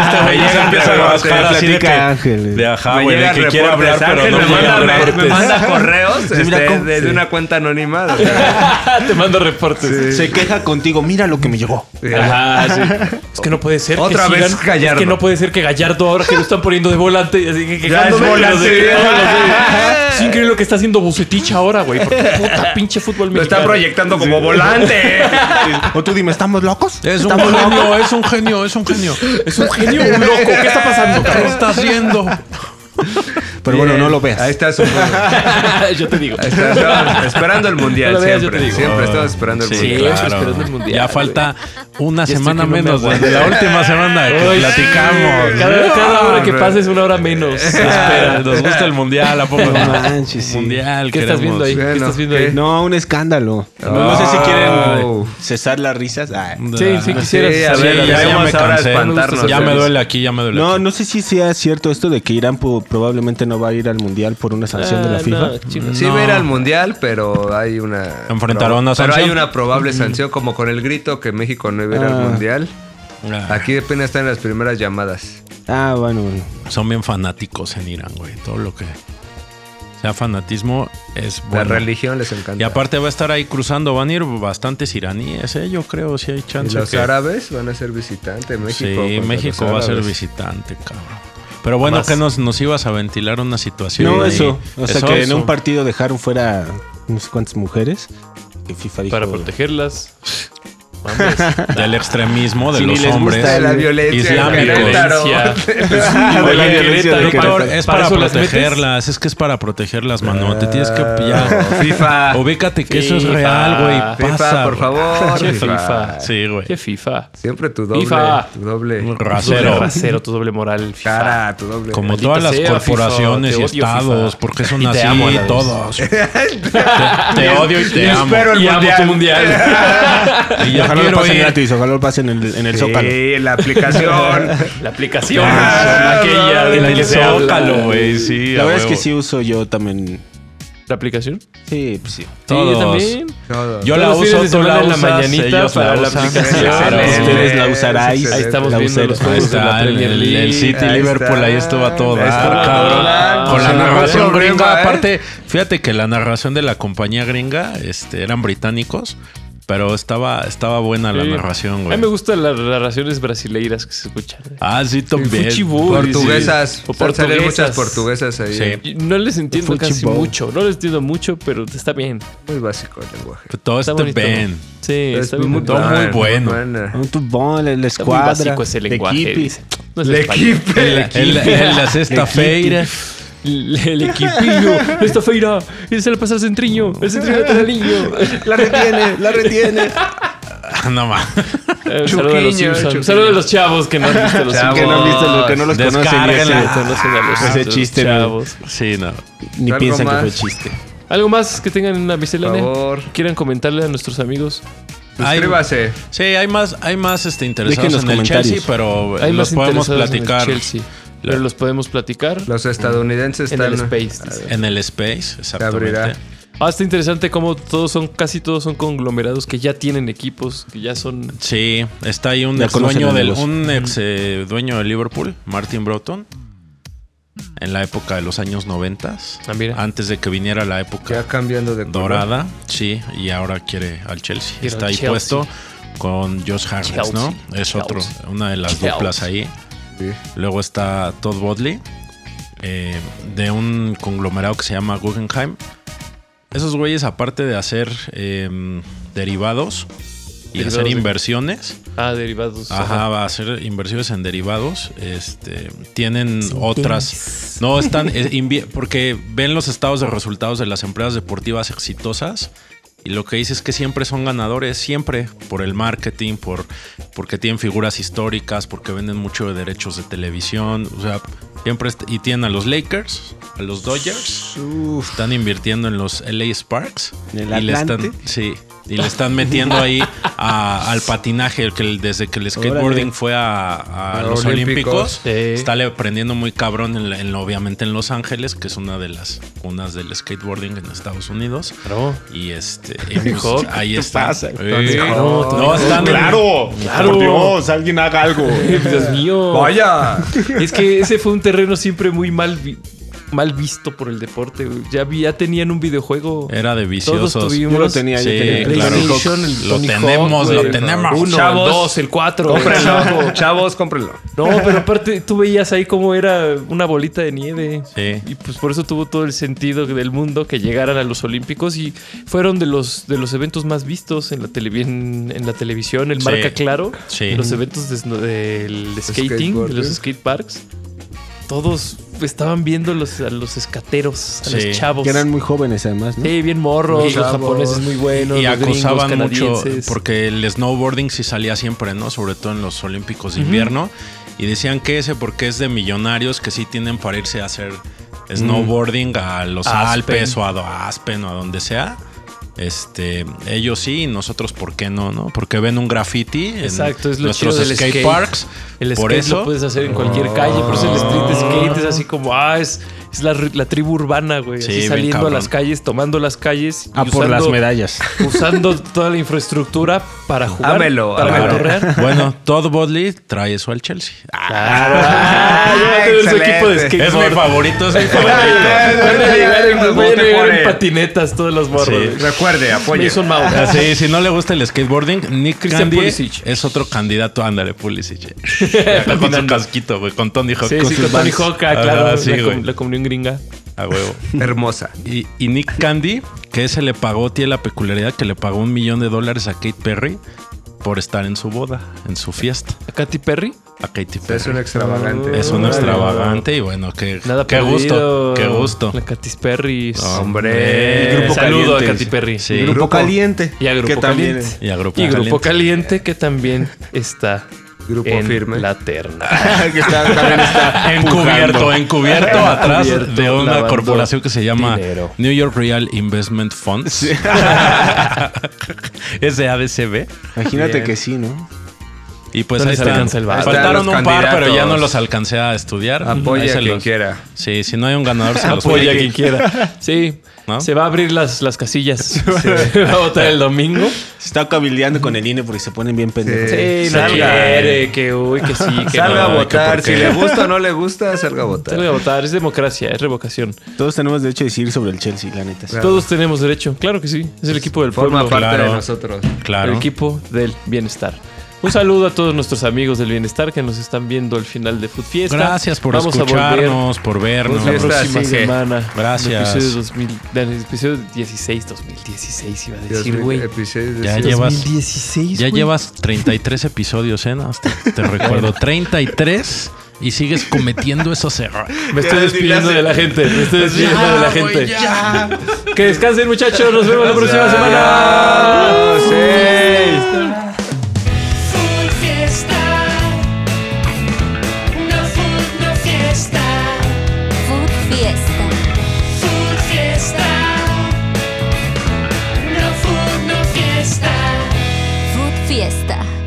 este güey ya se
Llega,
empieza a
pero
rascar
te
así de que,
platica Ángeles.
de ajá,
Me
güey, de
llegan
que quiere hablar,
reportes,
pero
Ángel,
no
me
quiere
manda,
hablar. Ah,
me- me (laughs) manda correos
Sí, mira
este,
cómo-
desde
sí.
una cuenta anónima. o sea,
Ah, te mando reportes.
Se queja contigo. Mira lo que me llegó.
sí.
Ajá, sí. (laughs) Es que no puede ser.
Otra
que
vez
sigan-
Gallardo.
Es que no puede ser que Gallardo ahora que lo están poniendo de volante. Así que
Ya es
quejándome,
volante.
los de-
(laughs)
los de- Es increíble lo que está haciendo Bucetich ahora, güey. Porque puta pinche
(laughs)
fútbol
Lo está
mexicano.
proyectando como volante.
O tú dime, ¿estamos locos?
Es un genio, es un genio, es un genio.
Es un genio, un loco. ¿Qué está pasando,
¿Qué
cabrón?
está haciendo?
Pero bueno, no lo
Ahí
veas.
está su. Ahí
(laughs) Yo te digo.
está, estamos
(laughs)
esperando el mundial,
No lo veas, yo
siempre.
te digo.
Siempre estamos esperando el
Sí,
mundial.
estoy esperando el mundial,
Ya
güey.
falta una
estoy
semana
que no me
menos.
aguanto.
de la última semana que
Ay,
platicamos.
Cada, cada hora que
Hombre.
pasa es una hora menos.
Espera,
(laughs) Espera.
nos gusta el mundial, ¿a poco no?
manches, sí.
Mundial,
¿Qué estás viendo ahí?
queremos.
¿Qué
Bueno,
estás viendo
¿qué?
ahí?
No, un escándalo. No
Ah.
sé si quieren
Oh.
cesar las risas. Ah.
Sí, sí, quisiera
Sí, a
saber.
ver,
Sí, ya, ya
vamos
me
ahora a
cansé.
espantarnos.
Ya me duele aquí, ya me duele.
No,
aquí.
no sé si sea cierto esto de que Irán po- probablemente no va a ir al mundial por una sanción de la
Ah,
FIFA.
no, chicos.
Sí,
No.
va a ir al mundial, pero hay una.
Enfrentaron una
Pero hay
sanción.
una probable sanción, como con el grito que México no iba a ir
Ah.
al mundial.
Ah,
Aquí apenas están las primeras llamadas.
Ah, bueno, bueno.
son bien fanáticos en Irán, güey. Todo lo que sea fanatismo es bueno.
La religión les encanta.
Y aparte va a estar ahí cruzando, van a ir bastantes iraníes, ¿eh? yo creo, si hay
Y
chance.
los
que-
árabes van a ser visitantes. México. pues,
sí,
contra
México
los
va a ser
árabes.
visitante, cabrón. Pero bueno, que nos, nos ibas a ventilar una situación.
no,
ahí.
eso. O sea,
Eso,
que en
eso.
un partido dejaron fuera no sé cuántas mujeres. Que FIFA dijo,
Para
(laughs)
protegerlas.
(laughs)
Del extremismo de
Si ni
los
les gusta
hombres.
De la violencia.
Islámicos. (laughs)
Querétaro. (laughs)
Oye,
Oye,
violencia de
Querétaro,
Doctor, Eh,
¿para-
es para
eso las metes?
protegerlas, es que es para protegerlas, Manu. Te tienes que
Ah,
pillar.
FIFA.
Ubícate que eso es
FIFA.
real, güey.
FIFA,
Pasa,
por
güey.
favor.
Che,
FIFA.
FIFA.
Sí, güey.
Qué FIFA.
Siempre tu doble.
FIFA.
Tu doble.
Tu
Rasero.
doble rasero, tu doble moral. FIFA.
Cara, tu doble.
Como
Maldita
todas las
sea,
corporaciones
FIFA,
y
te odio,
estados,
FIFA.
porque son
Y te
así
amo a la vez.
todos. (laughs) te, te odio y te
Y
amo.
espero el
Y amo
mundial.
tu mundial.
(laughs)
Y
Y
ya
ojalá lo
quiero
pasen
ir.
gratis, ojalá lo pasen en el, en el
Sí,
Zócalo.
la
(laughs)
aplicación.
La aplicación.
Ah,
aquella de
En
la
el
que se habla.
Zócalo, güey, sí.
La
a
verdad es que
huevo.
sí uso yo también.
¿La aplicación? Sí,
Sí, pues sí.
Todos.
Todo.
Yo la
Todos los
uso,
fines de
tú la
semana en la
usas,
mañanita
ellos la
para la
usan.
aplicación.
Claro.
Excelente.
Ustedes la usarán.
Ahí estamos
La
viendo
usé.
los
Ahí
juegos de la
está, el,
Premier
el-
League.
el City
Ahí
Liverpool, ahí
está.
estuvo a todo
Ahí
dar,
estuvo a
todo
cabrón.
dar.
Con la
Sí,
narración
no hay
gringa,
problema, ¿eh?
aparte, fíjate que la narración de la compañía gringa este, eran británicos, pero estaba, estaba buena la
Sí.
narración,
A mí me
güey.
gustan las narraciones brasileiras que se escuchan.
Ah, sí, también.
Fuchibú,
Portuguesas.
O
Van a salir muchas
portuguesas.
portuguesas ahí.
Sí.
No les entiendo
Fuchi
casi
Bowl.
mucho. No les entiendo mucho, pero está bien.
Muy básico el lenguaje.
Todo
Está
este
bonito. (laughs)
Ben.
Sí, está bien.
todo
bonito.
muy bueno.
buena.
Un tubón, la- la
Está muy
escuadra.
básico ese
de
lenguaje.
Kipi.
dice. No es
El
español.
equipo.
(laughs) El, el, el- la cesta feira.
El, el equipillo, esta feira,
(laughs)
y se le pasa al centriño, el centriño te da niño.
La retiene, la retiene.
Ah, no más.
Eh, Un saludo a
Chuquiño,
los Simpsons.
Chuquiño.
Un saludo a los chavos que no han visto a los
Chavos.
que no han visto lo que no los conocen. y
Descárguenla.
ese-
Conocen a los
Ese chiste, ¿no?
chavos. Ah.
Sí, no.
Ni
Algo
piensan
más.
que fue chiste.
¿Algo más que tengan en la miscelánea?
favor.
¿Quieran comentarle a nuestros amigos?
Ay,
Suscríbase.
Sí, hay más, hay más este, interesados
Dejen los
en el Chelsea,
comentarios.
pero eh,
Hay
Pues, los
más
podemos
interesados en el
platicar
Chelsea, pero los podemos platicar
Los estadounidenses
en
están.
el Space. dice.
en el Space,
abrirá.
exactamente.
Ah, está interesante cómo todos son, casi todos son conglomerados que ya tienen equipos, que ya son.
Sí, está ahí un
Ya
ex
conocen
dueño
el
del,
negocio.
un ex eh, dueño de Liverpool, Martin Broughton, en la época de los años 90,
Ah, mira.
antes de que viniera la época
Ya cambiando de color.
dorada, sí, y ahora quiere al Chelsea.
Quiere
está
al
ahí
Chelsea.
puesto con Josh Harris,
Chelsea,
¿no? Es
Chelsea,
otro, una de las
Chelsea.
duplas ahí.
Sí.
Luego está Todd Bodley, eh, de un conglomerado que se llama Guggenheim. Esos güeyes, aparte de hacer eh, derivados y
Derivados
hacer
de-
inversiones,
Ah, derivados.
Pues,
ajá, va a hacer inversiones en derivados, este, tienen
(laughs)
otras. No, están. eh, invie- porque ven los estados de resultados de las empresas deportivas exitosas. Y lo que dice es que siempre son ganadores, siempre, por el marketing, por porque tienen figuras históricas, porque venden mucho de derechos de televisión, o sea, siempre est- y tienen a los Lakers, a los Dodgers, están invirtiendo en los LA Sparks
En el
y le están,
Atlante.
sí, y le están metiendo ahí a- al patinaje, el que el- desde que el skateboarding
Órale.
fue a, a
A
los Olímpicos,
Olímpicos.
Sí.
está le aprendiendo muy cabrón en, la- en la- obviamente en Los Ángeles, que es una de las cunas del skateboarding en Estados Unidos.
Claro.
Y este, y pues,
Hawk,
ahí
¿qué
está.
pasa?
No,
No, están en-
Claro,
Claro.
Por Dios, alguien haga algo.
pues, Dios mío.
¡Vaya!
Es que ese fue un terreno siempre muy mal, vi- mal visto por el deporte. güey. Ya, vi- ya tenían un videojuego.
Era de
Todos
viciosos.
tuvimos.
Yo lo tenía, yo
Sí,
tenía.
El
claro.
PlayStation, el
Lo
Tony Hawk,
tenemos,
güey.
lo tenemos.
Uno,
Chavos.
el dos, el cuatro. güey.
Cómprenlo. Chavos, cómprenlo.
(laughs) No, pero aparte tú veías ahí cómo era una bolita de nieve.
Sí.
Y pues por eso tuvo todo el sentido del mundo que llegaran a los Olímpicos y fueron de los, de los eventos más vistos en la, televi- en, en la televisión, el
Sí.
marca claro,
Sí.
los eventos de sno- del skating, de
Skateboarding.
los skateparks. Todos estaban viendo los, a los escateros, a
Sí.
los chavos.
Que eran muy jóvenes además, ¿no?
Sí, bien morros,
Y-
los japoneses muy buenos,
y
los gringos,
acusaban mucho
canadienses.
porque el snowboarding sí salía siempre, ¿no? Sobre todo en los Olímpicos de invierno. Y decían que ese porque es de millonarios que sí tienen para irse a hacer snowboarding a los
Aspen.
Alpes o a do- a Aspen o a donde sea. Este, ellos sí, y nosotros por qué no, ¿no? Porque ven un graffiti en
Exacto, es lo
nuestros
chido del
skate,
skate.
parks.
El
por
skate
eso, Ah.
lo puedes hacer en cualquier calle, por eso el street skate es así como, ah, es, es la, ru- la tribu urbana, güey.
Sí,
así
bien
saliendo a
cabrón.
las calles, tomando las calles. y
Ah, por las
usando-
medallas.
(laughs) Usando toda la infraestructura para jugar.
Ámelo,
para
ámelo.
cotorrear.
Bueno, Todd Bodley trae eso al Chelsea.
Ah, ya va a tener su
Excelente.
equipo de
es
skateboard.
mi favorito, es
(laughs)
mi
Ah,
favorito.
ya,
Van a
ya, ya,
llegar en,
ya,
van a
ya,
llegar en
pone.
patinetas todos los morros.
Sí. Ah,
güey.
Recuerde, apoye.
Mason Mount.
Así, si no le gusta el skateboarding, Nick
Christian
Candy
Pulisic.
es otro candidato. Ándale,
(laughs)
Pulisic. Ya, con su casquito, güey, con Tony Hawk.
Sí, sí,
sus
con Tony
Vans.
Hawk,
Ajá,
ah, claro.
sí,
la, com-
güey.
la comunión gringa.
A huevo.
Hermosa.
Y, y Nick Candy, que se le pagó, tiene la peculiaridad que le pagó un millón de dólares a Kate Perry por estar en su boda, en su fiesta.
A Katy Perry.
A Katy Perry.
Es un extravagante.
Es un
Órale.
extravagante y bueno, qué,
Nada
qué gusto,
perdido.
qué gusto.
La Katy Perry.
Hombre.
El grupo
Saludo
Caliente.
a Katy Perry.
Sí.
Grupo, Caliente.
Y a Grupo
que también-
(laughs)
Caliente.
Y a Grupo
Y Grupo
Caliente.
Caliente, que también está
Grupo
en
firme.
la terna. (laughs)
que está- también está
Encubierto,
pujando.
eh.
encubierto atrás de una
lavando
corporación que se llama
dinero.
New York Real Investment Funds. (laughs) es de ADCB.
Imagínate
Bien.
que sí, ¿no?
Y pues
No
ahí
les
están.
alcanza el varo.
Faltaron
Ahí
un
están los
par, pero ya
candidatos.
no los alcancé a estudiar. Ahí
Apoya
se
a quien
los-
quiera.
Sí, si no hay un ganador, se los
Apoya
doy.
quien quiera. Sí.
¿No?
Se va a abrir las,
(laughs)
las casillas. Se va a votar el domingo.
Se está cabildeando con el INE porque se ponen bien pendejos.
Sí.
Sí, no
Salga.
quiere, que uy, que sí, que
Salga
no,
a
que
votar.
por qué.
Si le gusta o no le gusta, salga a
(laughs) Salga
votar.
a votar. Es democracia, es revocación.
Todos tenemos derecho a decir sobre el Chelsea, la neta.
Claro.
Todos tenemos derecho. Claro que sí. Es el equipo del
Forma
pueblo.
parte de
Claro.
nosotros.
El
Claro.
equipo del bienestar. Un saludo a todos nuestros amigos del bienestar que nos están viendo al final de Food Fiesta.
Gracias por
Vamos A volver
escucharnos, por vernos.
la
Fiesta,
próxima
así que-
semana.
Gracias.
Del episodio, 2000 del episodio 16, 2016 iba a
Dios
decir,
mío, eh.
güey.
episodios
Ya
de-
llevas-
2016,
Ya
güey.
llevas 33 episodios, ¿eh? Nada más Te, te
(laughs)
recuerdo, 33 y sigues cometiendo esos errores.
Me estoy despidiendo de la gente. Me estoy despidiendo de la gente. Que descansen, muchachos. Nos vemos la próxima semana.
Ah, sí.
fiesta.